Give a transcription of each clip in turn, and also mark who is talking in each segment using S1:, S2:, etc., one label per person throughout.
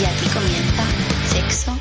S1: Y aquí comienza sexo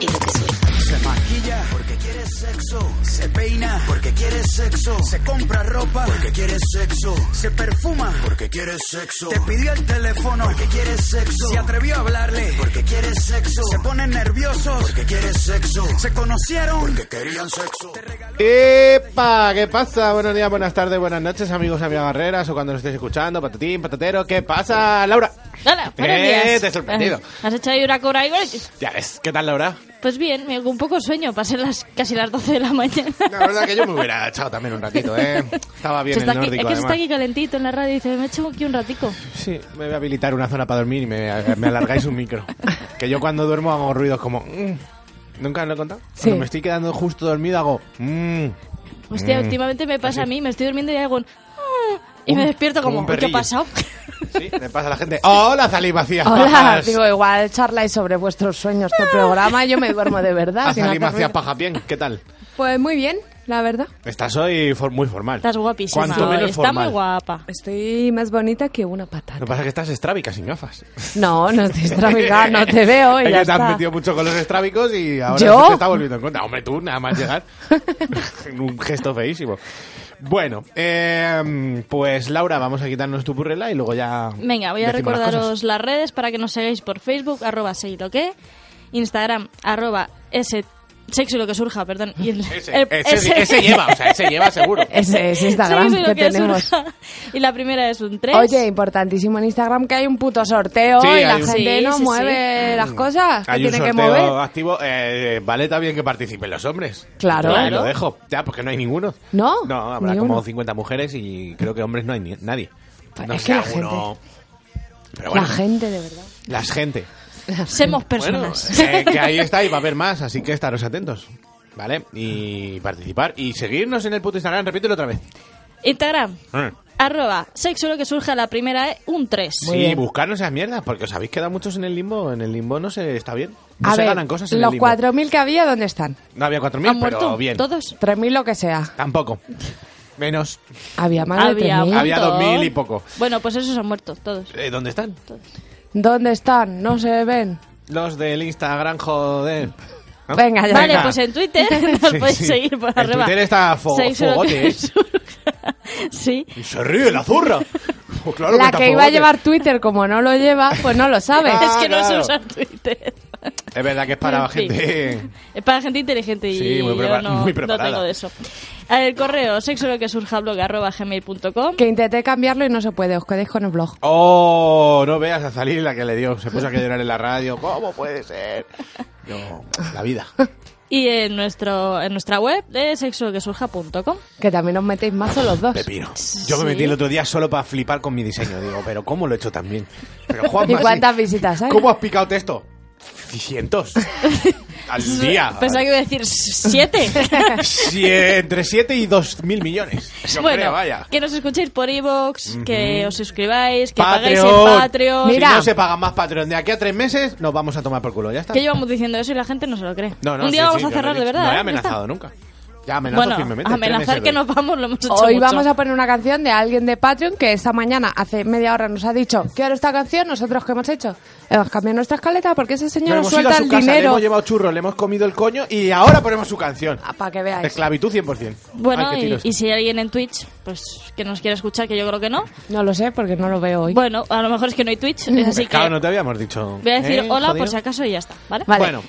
S1: y lo que suena.
S2: Se maquilla porque quiere sexo. Se peina porque quiere sexo. Se compra ropa porque quiere sexo. Se perfuma porque quiere sexo. Te pidió el teléfono porque quiere sexo. Se atrevió a hablarle porque quiere sexo. Se ponen nerviosos porque quiere sexo. Se conocieron porque querían sexo.
S3: ¡Epa! ¿Qué pasa? Buenos días, buenas tardes, buenas noches, amigos, amigas barreras, o cuando nos estéis escuchando, patatín, patatero. ¿Qué pasa, Laura?
S4: Hola, buenos
S3: Eh,
S4: días.
S3: te he sorprendido.
S4: Has hecho ahí una cobra ahí. ¿vale?
S3: Ya ves, ¿qué tal, Laura?
S4: Pues bien, me un poco sueño, pasé las, casi las 12 de la mañana.
S3: La verdad que yo me hubiera echado también un ratito, ¿eh? Estaba bien
S4: Se está
S3: el
S4: aquí-
S3: nórdico,
S4: es que se está
S3: además.
S4: aquí calentito en la radio y dice, me he hecho aquí un ratico.
S3: Sí, me voy a habilitar una zona para dormir y me, me alargáis un micro. que yo cuando duermo hago ruidos como... "Mm". ¿Nunca os lo he contado? Cuando me estoy quedando justo dormido hago... "Mm".
S4: Hostia,
S3: Mm.
S4: últimamente me pasa a mí, me estoy durmiendo y hago un... "Ah", Y me
S3: Un-
S4: despierto
S3: un
S4: como, ¿qué ha
S3: perrillo".
S4: pasado?
S3: Sí, le pasa a la gente. ¡Hola, salivacías!
S5: Hola, digo, igual charláis sobre vuestros sueños del programa, yo me duermo de verdad.
S3: A
S5: si no
S3: salivacías
S5: te-
S3: paja bien, ¿qué tal?
S5: pues muy bien, la verdad.
S3: Estás hoy for- muy formal.
S4: Estás guapísima.
S3: Cuanto menos
S4: Está muy
S3: formal.
S4: guapa.
S5: Estoy más bonita que una
S3: Lo que
S5: patata.
S3: pasa es que estás estrábica sin gafas.
S5: No, no estoy extravagada, no te veo
S3: Es
S5: y
S3: que
S5: ya
S3: te has
S5: está.
S3: metido mucho con los estrábicos y ahora
S5: ¿Yo?
S3: se te está volviendo en cuenta. Hombre, tú, nada más llegar. En un gesto feísimo. Bueno, eh, pues Laura, vamos a quitarnos tu purrela y luego ya.
S4: Venga, voy a
S3: decimos las
S4: recordaros
S3: cosas.
S4: las redes para que nos sigáis por Facebook, arroba sé lo que, Instagram, arroba S, sexo y lo que surja, perdón. y el-
S3: Ese,
S4: el-
S3: ese-
S4: ese-
S3: ese lleva, o sea, ese lleva seguro.
S5: Ese es
S4: Sí,
S5: Instagram
S4: sí, lo
S5: que
S4: que
S5: tenemos.
S4: surja. Y la primera es un 3.
S5: Oye, importantísimo en Instagram que hay un puto sorteo
S3: Sí,
S5: y la
S3: hay un-
S5: gente
S4: Sí,
S5: no
S4: sí, sí.
S5: mueve las cosas que
S3: Hay un
S5: tiene que
S3: sorteo
S5: mover.
S3: activo. Eh, vale también que participen los hombres.
S5: Claro.
S3: Yo ahí
S4: Claro.
S3: Lo dejo. Ya, porque no hay ninguno.
S5: No,
S3: No, habrá
S5: ni
S3: como
S5: uno.
S3: 50 mujeres y creo que hombres no hay ni- nadie.
S5: Pues
S3: no
S5: es
S3: sé,
S5: que la
S3: alguno- Pero bueno,
S5: La gente, de verdad.
S3: las gente.
S4: Semos
S3: Bueno,
S4: personas.
S3: eh, que ahí está y va a haber más, así que estaros atentos. ¿Vale? Y participar y seguirnos en el puto Instagram, repítelo otra vez.
S4: Instagram, arroba sexo lo que surja, la primera es un 3.
S3: Sí, buscarnos esas mierdas, porque os habéis quedado muchos en el limbo. En el limbo no se está bien. No
S5: A
S3: se
S5: ver,
S3: ganan cosas en
S5: los
S3: el limbo.
S5: 4.000 que había, ¿dónde están?
S3: No había 4.000,
S4: ¿Han
S3: pero
S4: muerto
S3: bien.
S4: todos?
S5: 3.000 lo que sea.
S3: Tampoco. Menos.
S5: Había más de
S4: Ah, Había,
S5: 3.000.
S4: un
S3: Había
S4: montón.
S3: 2000 y poco.
S4: Bueno, pues esos han muerto todos.
S3: Eh, ¿Dónde están?
S5: ¿Dónde están? No se ven.
S3: Los del Instagram, joder. ¿No?
S5: Venga, ya.
S4: Vale, pues en Twitter nos
S3: Eh, Sí,
S4: podéis
S3: sí.
S4: seguir por
S3: En
S4: arriba.
S3: Twitter está fo-
S4: Sexo lo
S3: fogote,
S4: que
S3: ¿eh?
S4: surja. sí.
S3: Y se ríe la zurra. Pues claro
S5: la
S3: está
S5: que iba a
S3: fogote.
S5: llevar Twitter, como no lo lleva, pues no lo sabe.
S3: Ah,
S4: es que no se
S3: claro.
S4: usa Twitter.
S3: Es verdad que es para
S4: En fin.
S3: gente.
S4: Es para gente inteligente y
S3: Sí, muy
S4: yo
S3: prepara-
S4: no,
S3: muy
S4: no
S3: preparada.
S4: tengo de eso. El correo sexo lo que surja blog arroba gmail.com.
S5: Que intenté cambiarlo y no se puede. Os quedéis con el blog.
S3: Oh, no veas a salir la que le dio. Se puso a llorar en la radio. ¿Cómo puede ser? No, la vida.
S4: Y en, nuestro, en nuestra web de sexo que surja.com.
S5: Que también os metéis mazo los dos.
S3: Pepino. Yo me metí el otro día solo para flipar con mi diseño. Digo, pero ¿cómo lo he hecho tan bien? Pero Juan
S5: ¿Y cuántas visitas hay?
S3: ¿Cómo has picado texto? Cientos. Al día.
S4: Pensaba que iba a decir siete.
S3: Sí, entre 7 y 2 mil millones. Yo
S4: bueno,
S3: creo, vaya.
S4: que nos escuchéis por iVoox, que os suscribáis, que pagáis
S3: Patreon.
S4: en Patreon.
S5: Mira.
S3: Si no se paga más Patreon de aquí a tres meses, nos vamos a tomar por culo. Ya está.
S4: Que llevamos diciendo eso y la gente no se lo cree.
S3: No, no,
S4: Un día
S3: sí,
S4: vamos
S3: sí,
S4: a
S3: yo lo he
S4: cerrar de
S3: dicho.
S4: verdad.
S3: No he
S4: ¿eh? Ya está.
S3: amenazado nunca. Ya amenazo
S4: Bueno,
S3: firmemente.
S4: amenazar que
S3: no
S4: nos vamos lo hemos hecho
S5: Hoy
S4: mucho.
S5: vamos a poner una canción de alguien de Patreon que esta mañana, hace media hora, nos ha dicho: Quiero esta canción. Nosotros, ¿qué hemos hecho? Hemos cambiado nuestra escaleta porque ese
S3: Nos
S5: señor nos
S3: hemos ido a
S5: suelta
S3: su
S5: el
S3: casa, le
S5: dinero.
S3: hemos llevado churros, le hemos comido el coño y ahora ponemos su canción.
S5: Ah, Para que veáis.
S3: Esclavitud 100%.
S4: pues Bueno,
S3: Ay, qué
S4: y,
S3: tiros.
S4: y si hay alguien en Twitch, pues que nos quiera escuchar, que yo creo que no.
S5: No lo sé porque no lo veo hoy.
S4: Bueno, a lo mejor es que no hay Twitch, es así que
S3: Pues Claro, no te habíamos dicho.
S4: voy a decir
S3: ¿Eh,
S4: hola
S3: jodido?
S4: por si acaso y ya está, ¿vale?
S5: Vale.
S3: Bueno.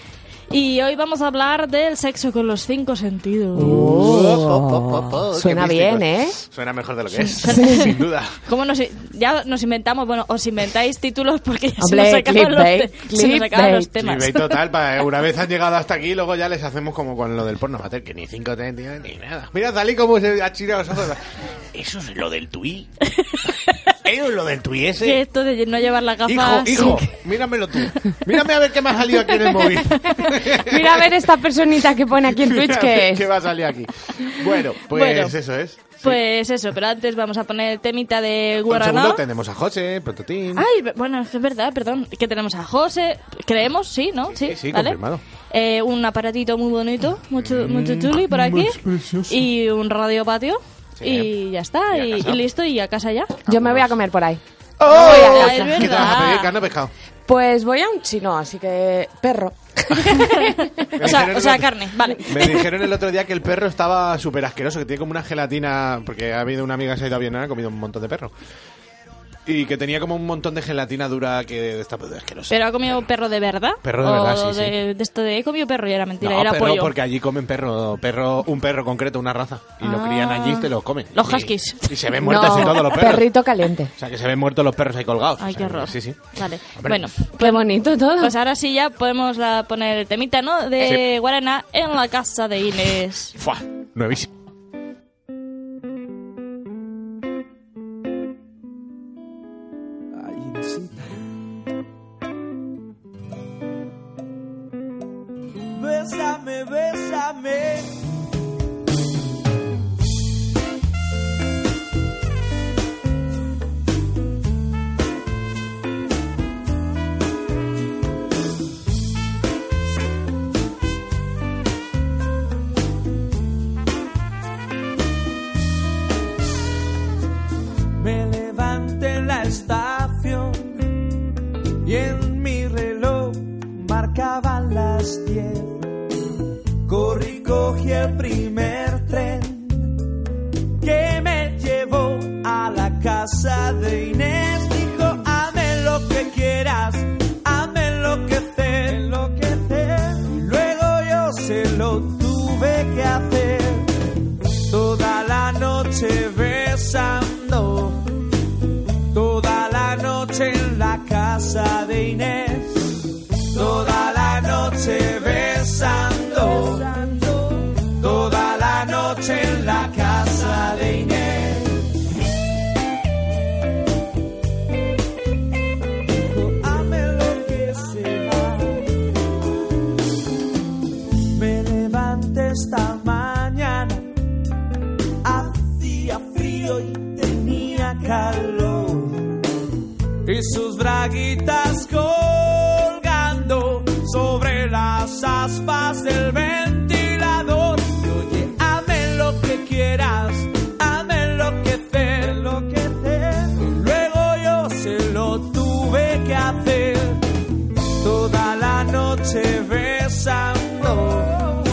S4: Y hoy vamos a hablar del sexo con los cinco sentidos.
S3: Oh, oh, oh, oh, qué
S5: Suena
S3: místicos.
S5: bien, ¿eh?
S3: Suena mejor de lo que es, sin duda.
S4: ¿Cómo nos, ya nos inventamos? Bueno, os inventáis títulos porque ya
S5: Hombre,
S4: se nos acaban los,
S5: clickbait,
S4: te- se nos acaban los
S5: clickbait.
S4: temas.
S3: Clickbait total, pa- una vez han llegado hasta aquí, luego ya les hacemos como con lo del porno amateur, que ni cinco te entienden ni nada. Mira, Dalí cómo se ha chirado los ojos. Eso es lo del tuí. Eso es lo del tuí
S4: Que
S3: ese.
S4: esto de no llevar las
S3: Hijo,
S4: gafas.
S3: hijo, míramelo tú. Mírame a ver qué me ha salido aquí en el móvil.
S5: Mira a ver esta personita que pone aquí en
S3: Mira
S5: Twitch
S3: a
S5: que
S3: ver
S5: es.
S3: ¿Qué va a salir aquí? Bueno, pues
S4: Bueno.
S3: eso es.
S4: Pues eso, pero antes vamos a poner el temita de
S3: Un
S4: Guaraná.
S3: segundo tenemos a José, Prototín.
S4: Ay, be- bueno, es verdad, perdón. Que tenemos a José, creemos, sí, ¿no?
S3: Sí, sí,
S4: ¿vale?
S3: confirmado.
S4: Eh, un aparatito muy bonito, mucho, mucho chuli por aquí. Y un radio patio.
S3: Sí.
S4: Y ya está,
S3: Y a
S4: y,
S3: casa.
S4: y listo, y a casa ya.
S5: Yo me voy a comer por ahí. voy a
S4: Oh, es
S5: casa.
S3: ¡Oh! ¿Qué te vas a pedir?
S4: verdad.
S3: Carne o pescado.
S5: Pues voy a un chino, así que perro.
S4: O sea, o sea, carne, vale.
S3: Me dijeron el otro día que el perro estaba súper asqueroso, que tiene como una gelatina, porque ha habido una amiga que se ha ido a Vietnam y ha comido un montón de perro. Y que tenía como un montón de gelatina dura que está pues, asquerosa.
S4: ¿Pero ha comido perro de verdad?
S3: Perro de verdad,
S4: O
S3: sí,
S4: de, de esto de he comido perro y era mentira,
S3: no,
S4: era
S3: perro,
S4: pollo.
S3: porque allí comen perro, perro, un perro concreto, una raza. Y lo
S4: Ah.
S3: crían allí y te los comen.
S4: Los
S3: Y-
S4: huskies.
S3: Y, se ven muertos
S5: No,
S3: y todos los perros.
S5: Perrito caliente.
S3: O sea, que se ven muertos los perros ahí colgados.
S4: Ay,
S3: O
S4: qué
S3: sea,
S4: horror.
S3: Sí, sí.
S4: Vale,
S3: Hombre.
S4: bueno.
S5: Qué bonito todo.
S4: Pues ahora sí ya podemos la- poner el temita, ¿no? De Guaraná en la casa de Inés.
S3: Fua, nuevísimo.
S6: Ay, Inesita. Bésame, bésame. me levanté en la estación y en mi reloj marcaban las 10. Corrí, cogí el primer tren que me llevó a la casa de Inés. Dijo, hame lo que quieras, hame enloquecer, enloquecer. Y luego yo se lo tuve que hacer toda la noche besando, toda la noche en la casa de Inés, toda la noche besando, toda la noche en la casa de Inés. Ame lo que se va. Me levanté esta mañana, hacía frío y tenía calor. Y sus braguitas colgando sobre las aspas del ventilador. Y oye, hame lo que quieras, hame enloquecer, enloquecer. Y luego yo se lo tuve que hacer toda la noche besando,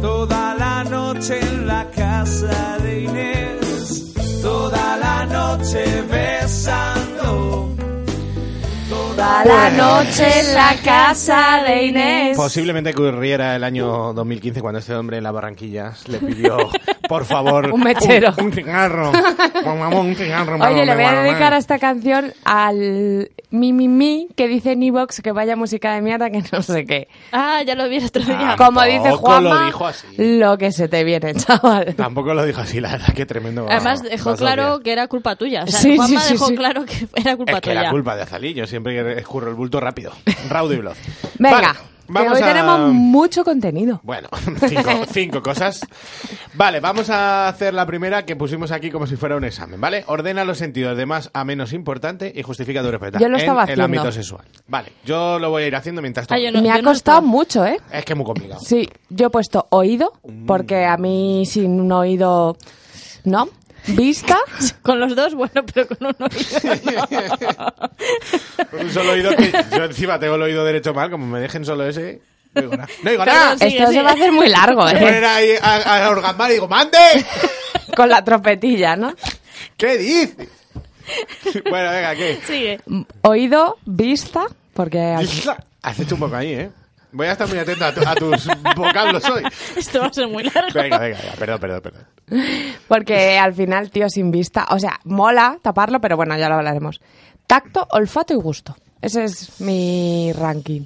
S6: toda la noche en la casa de Inés, toda la noche besando, toda
S5: la noche en la casa de Inés.
S3: Posiblemente ocurriera el año
S5: Uh.
S3: 2015 cuando este hombre en las Barranquillas le pidió, por favor,
S5: Un mechero.
S3: Un, un cigarro. Por favor, un cigarro.
S5: Oye, le voy a
S3: mamá.
S5: dedicar a este- esta canción al mi mi mi que dice en iVox que vaya música de mierda que no sé qué.
S4: Ah, ya lo vi el otro día.
S5: Como dice
S3: Tampoco
S5: Juanma,
S3: lo dijo así.
S5: lo que se te viene, chaval.
S3: Tampoco lo dijo así, la verdad, que tremendo.
S4: Además dejó
S3: vaso
S4: claro
S3: de-
S4: que era culpa tuya. O sea,
S5: Sí,
S4: Juanma
S5: sí, sí,
S4: dejó
S5: sí.
S4: claro que era culpa
S3: Es que
S4: tuya.
S3: la culpa de Azalí, yo siempre escurro el bulto rápido. Raudo y veloz. Vale,
S5: Venga,
S3: vamos
S5: que hoy
S3: a...
S5: tenemos mucho contenido.
S3: Bueno, cinco, cinco cosas. Vale, vamos a hacer la primera que pusimos aquí como si fuera un examen, ¿vale? Ordena los sentidos de más a menos importante y justifica tu respeto.
S5: Yo lo estaba
S3: en
S5: haciendo.
S3: El ámbito sexual. Vale, yo lo voy a ir haciendo mientras tú.
S4: Ah, yo no-
S5: Me ha
S4: no
S5: costado
S4: estaba-
S5: mucho, ¿eh?
S3: Es que es muy complicado.
S5: Sí, yo he puesto oído,
S3: Mm.
S5: porque a mí sin un oído, ¿no? Vista,
S4: Con los dos, bueno, pero con uno
S3: Con un solo oído que yo encima tengo el oído derecho mal, como me dejen solo ese. No digo nada. No digo nada.
S4: Sigue,
S5: Ah, esto se
S4: sigue.
S5: va a hacer muy largo,
S3: Me
S5: ¿eh?
S3: ponen ahí a, a orgasmar y digo, ¡mande!
S5: Con la trompetilla, ¿no?
S3: ¿Qué dices? Bueno, venga, ¿qué?
S4: Sigue.
S5: Oído, vista, porque
S3: Has hecho un poco ahí, ¿eh? Voy a estar muy atento a, tu- a tus vocablos hoy.
S4: Esto va a ser muy largo.
S3: Venga, venga, venga, perdón, perdón, perdón.
S5: Porque al final, tío, sin vista. O sea, mola taparlo, pero bueno, ya lo hablaremos. Tacto, olfato y gusto. Ese es mi ranking.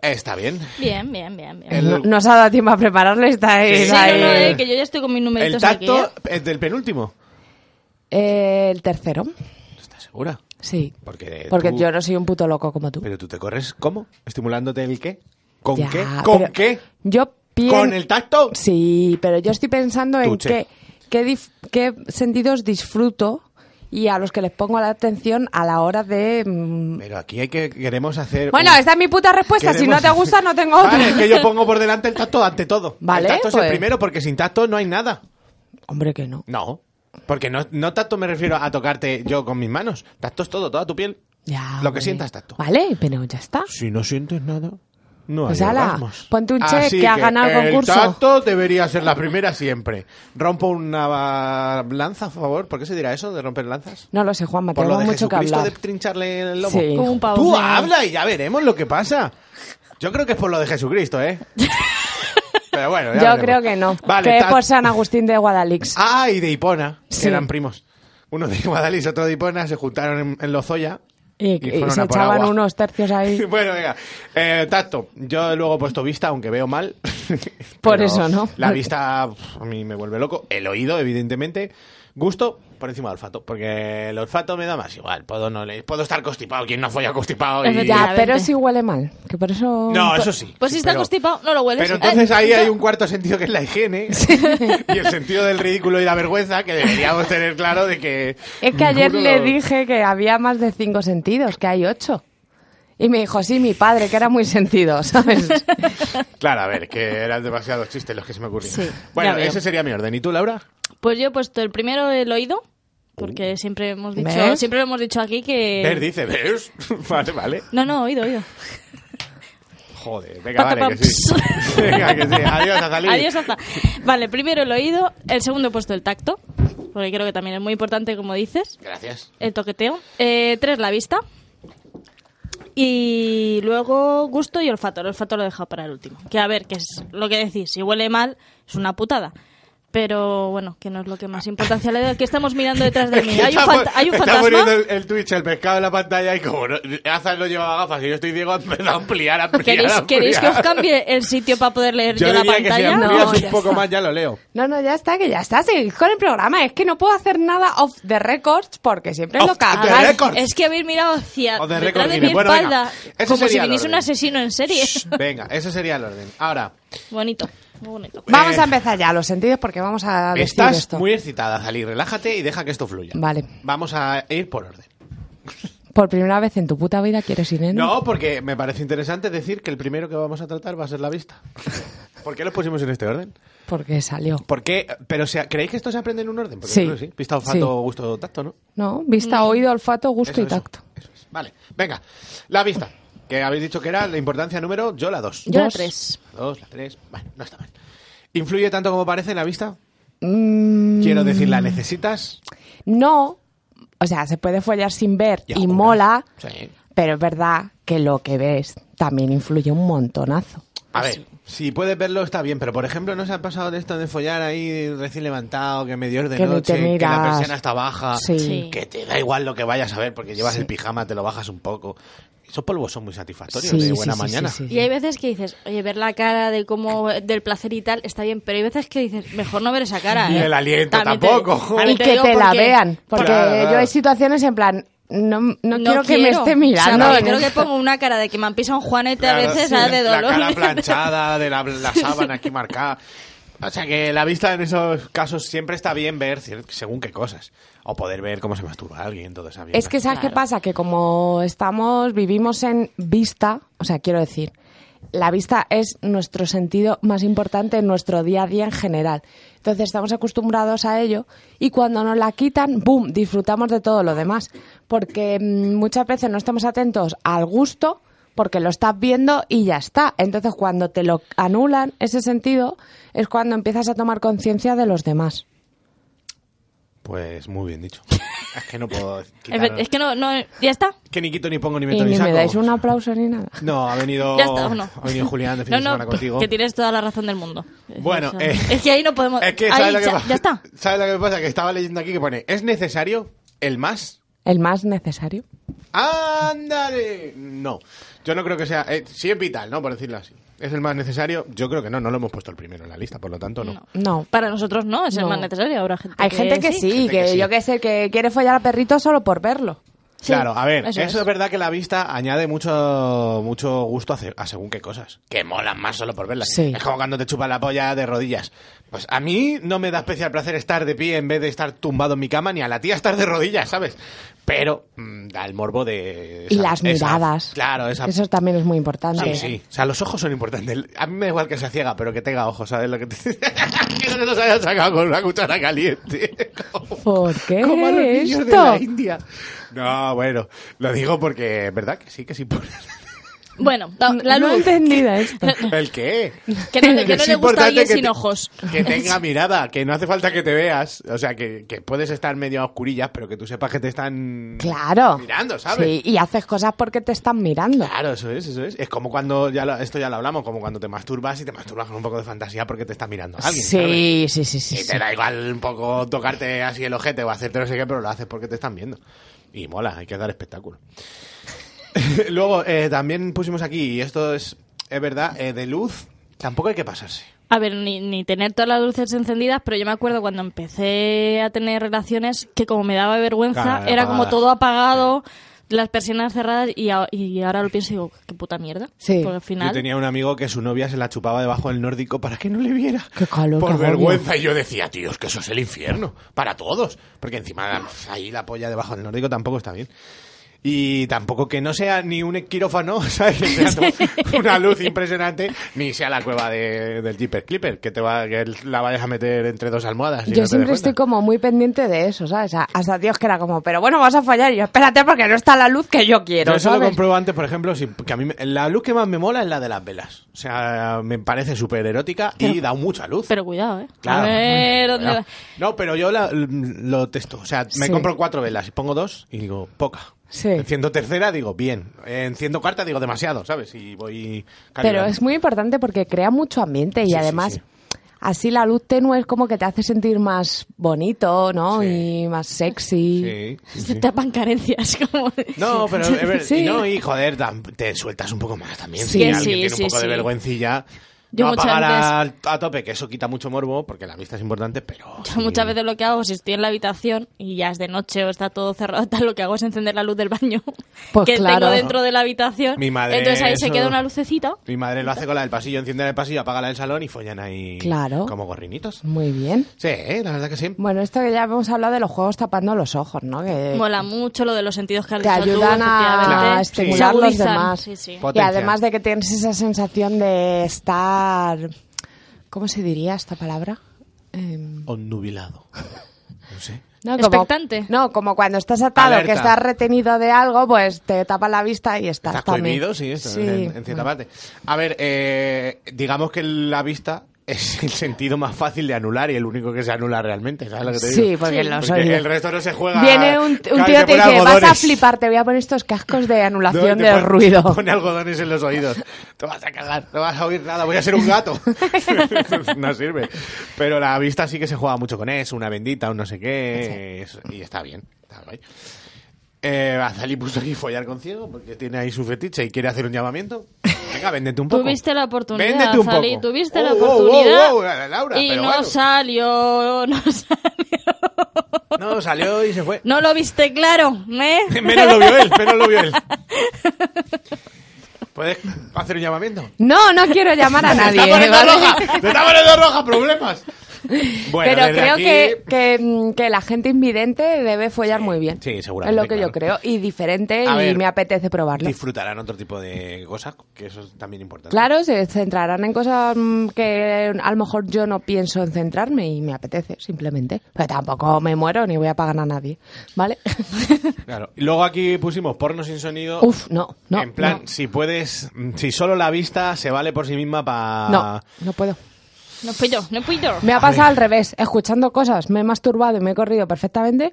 S3: Está bien.
S4: Bien, bien, bien, bien.
S3: El-
S5: No, no os ha dado tiempo a prepararlo y estáis
S4: Sí, no,
S5: ahí.
S4: no, eh, que yo ya estoy con mis
S3: El
S4: numeritos aquí.
S3: tacto
S4: ¿eh?
S3: es del penúltimo.
S5: Eh, el tercero,
S3: ¿Estás segura?
S5: sí.
S4: Pues, eh,
S3: Porque,
S5: Porque
S3: tú-
S5: yo no soy un puto loco como tú.
S3: Pero tú te corres, ¿cómo? ¿Estimulándote el qué? ¿Con
S5: Ya,
S3: qué? ¿Con
S5: pero
S3: qué?
S5: Yo pienso...
S3: ¿Con el tacto?
S5: Sí, pero yo estoy pensando en
S3: Tuche.
S5: qué, qué, dif- qué sentidos disfruto y a los que les pongo la atención a la hora de... mm,
S3: Pero aquí hay que queremos hacer.
S5: Bueno,
S3: un-
S5: esta es mi puta respuesta. Si no
S3: queremos-
S5: te gusta, no tengo otra.
S3: Vale, es que yo pongo por delante el tacto ante todo.
S5: Vale,
S3: El tacto es
S5: pues.
S3: el primero porque sin tacto no hay nada.
S5: Hombre, que no.
S3: No. Porque no, no tacto me refiero a tocarte yo con mis manos. Tacto es todo, toda tu piel.
S5: Ya,
S3: Lo que
S5: hombre.
S3: sientas, tacto.
S5: Vale, pero ya está.
S3: Si no sientes nada, no
S5: Pues
S3: hay
S5: ala,
S3: orgasmos.
S5: ponte un check que ha ganado el concurso.
S3: El tacto debería ser la primera siempre. Rompo una ah, lanza, a favor. ¿Por qué se dirá eso de romper lanzas?
S5: No lo sé, Juanma,
S3: Por lo
S5: tenemos
S3: de
S5: mucho que
S3: Jesucristo
S5: hablar.
S3: de trincharle el lomo.
S5: Sí.
S4: Como un pavo.
S3: Tú
S4: negro.
S3: habla y ya veremos lo que pasa. Yo creo que es por lo de Jesucristo, ¿eh? Pero bueno,
S5: Yo
S3: ya veremos.
S5: creo que no.
S3: Vale,
S5: que es
S3: ta-
S5: por San Agustín de Guadalix.
S3: Ah, y de Hipona. que
S5: Sí.
S3: Eran primos. Uno de Guadalix, otro de Hipona. Se juntaron en, en Lozoya.
S5: y, y
S3: fueron
S5: se
S3: a por
S5: echaban
S3: agua.
S5: unos tercios ahí.
S3: Bueno, venga. Eh, tacto. Yo luego he puesto vista, aunque veo mal.
S5: Por
S3: Pero
S5: eso, ¿no?
S3: La vista pf, a mí me vuelve loco. El oído, evidentemente. Gusto por encima del olfato. Porque el olfato me da más igual. Puedo, no le... Puedo estar constipado. ¿Quién no folla constipado? Y-
S4: Efectivamente.
S5: Ya, pero sí huele mal. Que por eso...
S3: No, eso sí.
S4: Pues si está
S3: Pero-
S4: constipado, no lo hueles.
S3: Pero entonces
S4: Eh,
S3: ahí hay
S4: yo-
S3: un cuarto sentido que es la higiene y el sentido del ridículo y la vergüenza que deberíamos tener claro de que...
S5: Es que ayer
S3: ninguno
S5: le
S3: lo-
S5: dije que había más de cinco sentidos, que hay ocho. Y me dijo, sí, mi padre, que era muy sentido, ¿sabes?
S3: Claro, a ver, que eran demasiados chistes los que se me ocurrían.
S4: Sí,
S3: bueno,
S4: ya veo.
S3: ese sería mi orden. ¿Y tú, Laura?
S4: Pues yo he puesto el primero el oído, porque siempre hemos dicho,
S5: ¿Ves?
S4: siempre lo hemos dicho aquí que.
S3: Ver, dice, ¿ves? vale, vale.
S4: No, no, oído, oído.
S3: Joder, venga,
S4: Pa, pa,
S3: vale,
S4: pa,
S3: que sí.
S4: ps.
S3: Venga, que sí. Adiós, Azalí.
S4: Adiós, hasta. Vale, primero el oído, el segundo he puesto el tacto, porque creo que también es muy importante, como dices,
S3: Gracias.
S4: el toqueteo. Eh, tres, la vista. Y luego gusto y olfato. El olfato lo he dejado para el último. Que a ver, que es lo que decís, si huele mal, es una putada. Pero bueno, que no es lo que más importancia le doy. Que estamos mirando detrás de mí. Eh, Hay un,
S3: Está
S4: fant-
S3: pon-
S4: hay un
S3: está
S4: fantasma.
S3: poniendo el, el Twitch, el pescado en la pantalla y como no, Azal no llevaba gafas y yo estoy ciego, empezó a ampliar, a ampliar,
S4: ¿Queréis,
S3: a
S4: ¿Queréis que os
S3: ampliar.
S4: cambie el sitio para poder leer yo,
S3: Yo
S4: la
S3: diría que si
S4: pantalla?
S3: amplias
S5: No,
S3: un
S5: ya
S3: poco
S5: está.
S3: más ya lo leo.
S5: No, no, ya está, que ya está. Seguid con el programa. Es que no puedo hacer nada off the records porque siempre
S3: Off
S5: lo
S3: the
S5: cagáis.
S3: record. récord.
S4: Es que habéis mirado hacia
S3: O de
S4: detrás
S3: récord
S4: de mi
S3: Guinness. Bueno,
S4: espalda
S3: venga. Ese
S4: como si
S3: sería el
S4: viniese un
S3: orden.
S4: asesino en serie.
S3: Shh, Venga, ese sería el orden. Ahora,
S4: bonito, muy bonito.
S5: Vamos
S3: Eh,
S5: a empezar ya los sentidos porque vamos a decir
S3: estás
S5: esto.
S3: muy excitada, Zalí. Relájate y deja que esto fluya.
S5: Vale.
S3: Vamos a ir por orden.
S5: Por primera vez en tu puta vida quieres ir en...
S3: No, porque me parece interesante decir que el primero que vamos a tratar va a ser la vista. ¿Por qué lo pusimos en este orden?
S5: Porque salió.
S3: ¿Por qué? Pero se- ¿creéis que esto se aprende en un orden? Porque
S5: Sí.
S3: yo creo que Vista, olfato,
S5: Sí.
S3: gusto, tacto, ¿no?
S5: No, vista, oído, olfato, gusto
S3: Eso,
S5: y tacto.
S3: Eso, eso es. Vale. Venga, la vista. Que habéis dicho que era la importancia número, yo la dos.
S4: Yo la
S5: Dos.
S4: tres.
S3: Dos, la tres. Bueno, no está mal. ¿Influye tanto como parece la vista?
S5: Mm,
S3: Quiero decir, ¿la necesitas?
S5: no, o sea, se puede follar sin ver
S3: Ya,
S5: y
S3: hombre.
S5: mola,
S3: Sí.
S5: pero es verdad que lo que ves también influye un montonazo.
S3: A ver, si puedes verlo está bien, pero por ejemplo, ¿no se ha pasado de esto de follar ahí recién levantado, que medio es de
S5: Que ni
S3: noche,
S5: te
S3: que la
S5: miras.
S3: persiana está baja,
S5: Sí.
S4: Sí.
S3: que te da igual lo que vayas a ver porque llevas el pijama, te lo bajas un poco? Esos polvos son muy satisfactorios
S5: Sí,
S3: de
S5: sí,
S3: buena
S5: sí,
S3: mañana.
S5: sí, sí.
S4: Y hay veces que dices, oye, ver la cara de cómo, del placer y tal, está bien, pero hay veces que dices, mejor no ver esa cara.
S3: Ni
S4: ¿eh?
S3: el aliento
S4: te-
S3: tampoco.
S4: también
S5: Y que
S4: digo
S5: te la
S4: porque-
S5: vean, porque
S3: Claro, claro.
S5: yo hay situaciones en plan, no, no, quiero,
S4: no
S5: que me esté mirando.
S4: O sea,
S5: en
S4: porque creo
S5: el-
S4: que pongo una cara de que me han pisado un juanete a
S3: Claro,
S4: veces
S3: sí,
S4: ¿sabes? de
S3: La
S4: dolor.
S3: cara planchada, de la, la sábana aquí marcada. O sea que la vista en esos casos siempre está bien ver cier- según qué cosas. O poder ver cómo se masturba alguien, todo esa mierda.
S5: Es que ¿sabes qué pasa? Que como estamos, vivimos en vista, o sea, quiero decir, la vista es nuestro sentido más importante en nuestro día a día en general. Entonces estamos acostumbrados a ello y cuando nos la quitan, ¡boom!, disfrutamos de todo lo demás. Porque mm, muchas veces no estamos atentos al gusto porque lo estás viendo y ya está. Entonces cuando te lo anulan ese sentido es cuando empiezas a tomar conciencia de los demás.
S3: Pues muy bien dicho. Es que no puedo
S4: Es
S3: quitar...
S4: ver- Es que no, no, ya está.
S3: Que ni quito, ni pongo, ni
S5: Y
S3: meto, ni,
S5: ni
S3: saco.
S5: me dais un aplauso ni nada.
S3: No, ha venido,
S4: Ya está, ¿o no?
S3: ha venido Julián de fin
S4: no,
S3: de
S4: no,
S3: semana contigo.
S4: que tienes toda la razón del mundo.
S3: Bueno,
S4: O sea,
S3: eh,
S4: es que ahí no podemos...
S3: Es que,
S4: ahí
S3: ¿sabes lo que
S4: ya,
S3: pasa?
S4: ya está.
S3: ¿Sabes lo que pasa? Que estaba leyendo aquí que pone, ¿es necesario el más?
S5: El más necesario.
S3: ¡Ándale! No, yo no creo que sea... eh, sí es vital, ¿no? Por decirlo así. ¿Es el más necesario? Yo creo que no, no lo hemos puesto el primero en la lista, por lo tanto no.
S4: No.
S5: No.
S4: Para nosotros no, es el
S5: No.
S4: más necesario. Habrá gente
S5: Hay gente que sí,
S3: gente
S5: que,
S3: que sí.
S5: yo qué sé, que quiere follar a perrito solo por verlo.
S4: Sí,
S3: claro, a ver,
S4: eso es.
S3: eso, es verdad que la vista añade mucho mucho gusto a, ce- a según qué cosas. Que molan más solo por verlas.
S5: Sí.
S3: Es como cuando te chupan la polla de rodillas. Pues a mí no me da especial placer estar de pie en vez de estar tumbado en mi cama, ni a la tía estar de rodillas, ¿sabes? Pero mm, da el morbo de...
S5: Y
S3: esa-
S5: las
S3: esa-
S5: miradas.
S3: claro, esa...
S5: Eso también es muy importante.
S3: Sí, sí. O sea, los ojos son importantes. A mí me da igual que sea ciega, pero que tenga ojos, ¿sabes? Lo que te... que no se los hayan sacado con una cuchara caliente.
S5: ¿Por qué
S3: Como a los niños de
S5: esto?
S3: la India. No, bueno, lo digo porque es verdad que sí, que sí.
S4: Bueno, la, la
S5: No he
S4: luz.
S5: entendida esto.
S3: ¿El qué?
S4: Que no, que no
S3: es
S4: le gusta a
S3: importante
S4: alguien
S3: que
S4: sin
S3: te-
S4: ojos.
S3: Que tenga mirada, que no hace falta que te veas. O sea, que, que puedes estar medio a oscurillas, pero que tú sepas que te están...
S5: Claro.
S3: Mirando, ¿sabes?
S5: Sí, y haces cosas porque te están mirando.
S3: Claro, eso es, eso es. Es como cuando, ya lo- esto ya lo hablamos, como cuando te masturbas y te masturbas con un poco de fantasía porque te está mirando alguien. ¿sabes?
S5: sí, sí, sí, sí,
S3: Y
S5: sí.
S3: te da igual un poco tocarte así el ojete o hacerte no sé qué, pero lo haces porque te están viendo. Y mola, hay que dar espectáculo. Luego, eh, también pusimos aquí, y esto es, es verdad, eh, de luz tampoco hay que pasarse.
S4: A ver, ni, ni tener todas las luces encendidas, pero yo me acuerdo cuando empecé a tener relaciones que como me daba vergüenza,
S3: Claro,
S4: era como
S3: apagadas.
S4: todo apagado, las persianas cerradas y, a- y ahora lo pienso y digo, qué puta mierda.
S5: Sí.
S4: Porque al final...
S3: Yo tenía un amigo que su novia se la chupaba debajo del nórdico para que no le viera.
S5: Qué calor,
S3: Por
S5: qué agobio.
S3: vergüenza. Y yo decía, tíos, que eso es el infierno. Para todos. Porque encima ahí la polla debajo del nórdico tampoco está bien. Y tampoco que no sea ni un quirófano, ¿sabes? Que sea como una luz impresionante, ni sea la cueva de- del Jeepers Clipper, que te va, que la vayas a meter entre dos almohadas. y no
S5: Yo
S3: te
S5: siempre
S3: des cuenta.
S5: estoy como muy pendiente de eso, ¿sabes? A- Hasta Dios que era como, pero bueno, vas a fallar. Y yo, espérate porque no está la luz que yo quiero,
S3: Yo eso lo
S5: ¿sabes?
S3: compruebo antes, por ejemplo, si- que a mí me- la luz que más me mola es la de las velas. O sea, me parece súper erótica y da mucha luz.
S4: Pero cuidado, ¿eh?
S3: Claro. Mm,
S4: A ver, ¿dónde
S3: Bueno,
S4: va?
S3: No, pero yo la- lo testo. O sea, me
S5: Sí.
S3: compro cuatro velas y pongo dos y digo, poca.
S5: Sí.
S3: Enciendo tercera, digo, bien. Enciendo cuarta, digo, demasiado, ¿sabes? Y voy.
S5: Pero
S3: calibrando.
S5: es muy importante porque crea mucho ambiente y
S3: Sí, sí,
S5: además
S3: sí.
S5: así la luz tenue es como que te hace sentir más bonito, ¿no?
S3: Sí.
S5: Y más sexy.
S3: Sí, sí,
S4: Se
S3: sí.
S4: te tapan carencias como...
S3: No, pero es ver-
S5: Sí.
S3: y no, y joder, tam- te sueltas un poco más también.
S5: Sí,
S3: si alguien
S4: sí,
S3: tiene
S4: sí,
S3: un poco de
S4: sí.
S3: vergüencilla.
S4: Yo
S3: no
S4: muchas
S3: apagar a, a tope, que eso quita mucho morbo, porque la vista es importante, pero.
S4: Yo
S3: sí.
S4: muchas veces lo que hago, si estoy en la habitación y ya es de noche o está todo cerrado, tal, lo que hago es encender la luz del baño
S5: Pues
S4: que
S5: claro.
S4: tengo dentro de la habitación.
S3: Mi madre,
S4: Entonces ahí se
S3: eso-
S4: queda una lucecita.
S3: Mi madre lo hace con la del pasillo, enciende la del pasillo, apaga la del salón y follan ahí.
S5: Claro.
S3: Como gorrinitos.
S5: Muy bien.
S3: Sí, ¿eh? la verdad que sí.
S5: Bueno, esto que ya hemos hablado de los juegos tapando los ojos, ¿no? Que
S4: Mola mucho lo de los sentidos que has
S5: te
S4: dicho tú,
S5: ayudan a
S4: efectivamente.
S3: Claro, sí.
S5: estimular
S4: Se
S5: los
S4: agudizan,
S5: demás.
S4: sí, sí.
S3: Pot-
S5: Y
S3: Potencia.
S5: además de que tienes esa sensación de estar... ¿Cómo se diría esta palabra? Em,
S3: Onnubilado. No sé.
S5: No, como-
S4: Expectante.
S5: No, como cuando estás atado,
S3: Alerta.
S5: que estás retenido de algo, pues te tapa la vista y estás,
S3: Estás
S5: también.
S3: cohibido, sí, esto, en, en cierta parte. A ver, eh, digamos que la vista es el sentido más fácil de anular y el único que se anula realmente, ¿sabes lo que te digo?
S5: Sí, porque los
S3: Porque
S5: oye.
S3: el resto no se juega.
S5: Viene un, un tío
S3: Claro,
S5: y te
S3: pone
S5: dice, vas a
S3: algodones".
S5: flipar, te voy a poner estos cascos de
S3: No,
S5: anulación
S3: te
S5: de
S3: pone-
S5: ruido.
S3: te Pone algodones en los oídos. Te vas a cagar, no vas a oír nada, voy a ser un gato. no sirve. Pero la vista sí que se juega mucho con eso, una bendita, un no sé qué. eso- Y está bien. Está guay. Eh, Azali puso aquí follar con ciego porque tiene ahí su fetiche y quiere hacer un llamamiento. Venga, véndete un poco.
S4: Tuviste la oportunidad,
S3: Véndete un
S4: Zalí,
S3: poco.
S4: tuviste la
S3: Oh, oh, oh,
S4: oportunidad
S3: oh, Laura,
S4: y
S3: pero
S4: no
S3: bueno.
S4: salió, no salió.
S3: No, salió y se fue.
S4: No lo viste claro, ¿eh?
S3: menos lo vio él, menos lo vio él. ¿Puedes hacer un llamamiento?
S5: No, no quiero llamar a nadie.
S3: ¡Te está poniendo
S5: ¿vale?
S3: roja! ¡Te está poniendo roja! ¡Problemas! Bueno,
S5: Pero
S3: desde
S5: creo
S3: aquí-
S5: que, que, mm, que la gente invidente debe follar
S3: Sí,
S5: muy bien.
S3: sí, seguramente,
S5: Es lo que yo creo.
S3: claro.
S5: Y diferente
S3: A
S5: y
S3: ver,
S5: me apetece probarlo.
S3: Disfrutarán otro tipo de cosas, que eso es también importante.
S5: Claro, se centrarán en cosas mm, que a lo mejor yo no pienso en centrarme y me apetece, simplemente. Pero tampoco me muero ni voy a pagar a nadie, ¿vale?
S3: Claro. Y Luego aquí pusimos porno sin sonido.
S5: Uf, no, no.
S3: en plan,
S5: no.
S3: si puedes, si solo la vista se vale por sí misma para...
S5: No, no puedo.
S4: No fui yo, no fui yo.
S5: Me
S3: A
S5: ha pasado
S3: ver.
S5: al revés, escuchando cosas, me he masturbado y me he corrido perfectamente,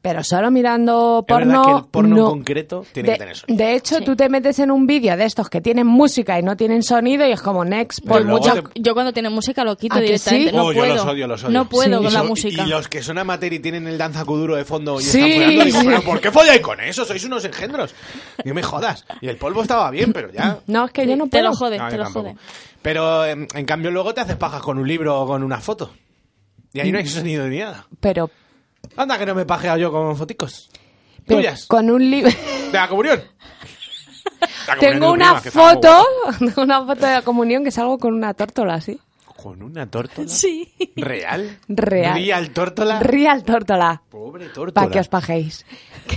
S5: pero solo mirando
S3: Es verdad
S5: porno.
S3: que el porno en
S5: no.
S3: concreto tiene
S5: de,
S3: que tener sonido.
S5: de hecho,
S4: Sí.
S5: tú te metes en un vídeo de estos que tienen música y no tienen sonido y es como next,
S3: Pero
S5: por
S3: luego
S5: mucho.
S3: te-
S4: Yo cuando tiene música lo quito
S5: ¿A que
S4: directamente,
S5: sí?
S4: no
S3: Oh,
S4: puedo.
S3: yo los odio, los odio.
S4: No puedo
S5: Sí.
S4: con la
S3: So-
S4: música.
S3: Y los que son amateur y tienen el danza kuduro de fondo y
S5: Sí,
S3: están follando, digo,
S5: sí.
S3: "Pero ¿por qué folláis con eso? Sois unos engendros. No me jodas. Y el polvo estaba bien, pero ya...
S5: No, es que yo no
S4: Te
S5: puedo.
S4: lo jode,
S3: No, yo
S4: te lo
S3: tampoco.
S4: jode.
S3: Pero em, en, cambio luego te haces pajas con un libro o con una foto. Y ahí no hay sonido ni nada.
S5: Pero,
S3: Anda que no me he pajeado yo con foticos.
S5: pero
S3: Tuyas.
S5: con un libro.
S3: De la comunión. La comunión de
S5: Tengo
S3: tu
S5: una
S3: prima, que estaba
S5: foto,
S3: muy
S5: una foto de la comunión que salgo con una tórtola así.
S3: guapa. ¿Con una tórtola?
S4: Sí.
S3: ¿Real?
S5: Real.
S3: ¿Real tórtola?
S5: Real tórtola.
S3: Pobre tórtola.
S5: Para que os pajéis.
S3: Yo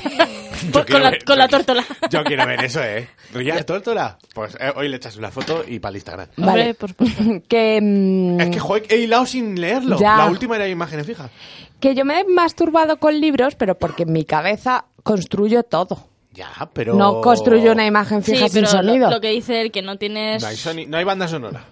S4: Pues
S3: quiero
S4: con la-
S3: ver-
S4: con la
S3: yo quiero-
S4: tórtola.
S3: Yo quiero ver eso, ¿eh? ¿Real tórtola? Pues eh, hoy le echas una foto y para el Instagram.
S4: Hombre,
S5: Vale.
S4: por supuesto.
S5: que, mm,
S3: Es que, joder, he hilado sin leerlo.
S5: Ya.
S3: La última era imágenes fijas.
S5: que yo me he masturbado con libros, pero porque en mi cabeza construyo todo.
S3: Ya, pero...
S5: No construyo una imagen
S4: Sí,
S5: fija sin
S4: pero lo-
S5: sonido.
S4: Lo, que dice él, que no tienes...
S3: No hay, soni- no hay banda sonora.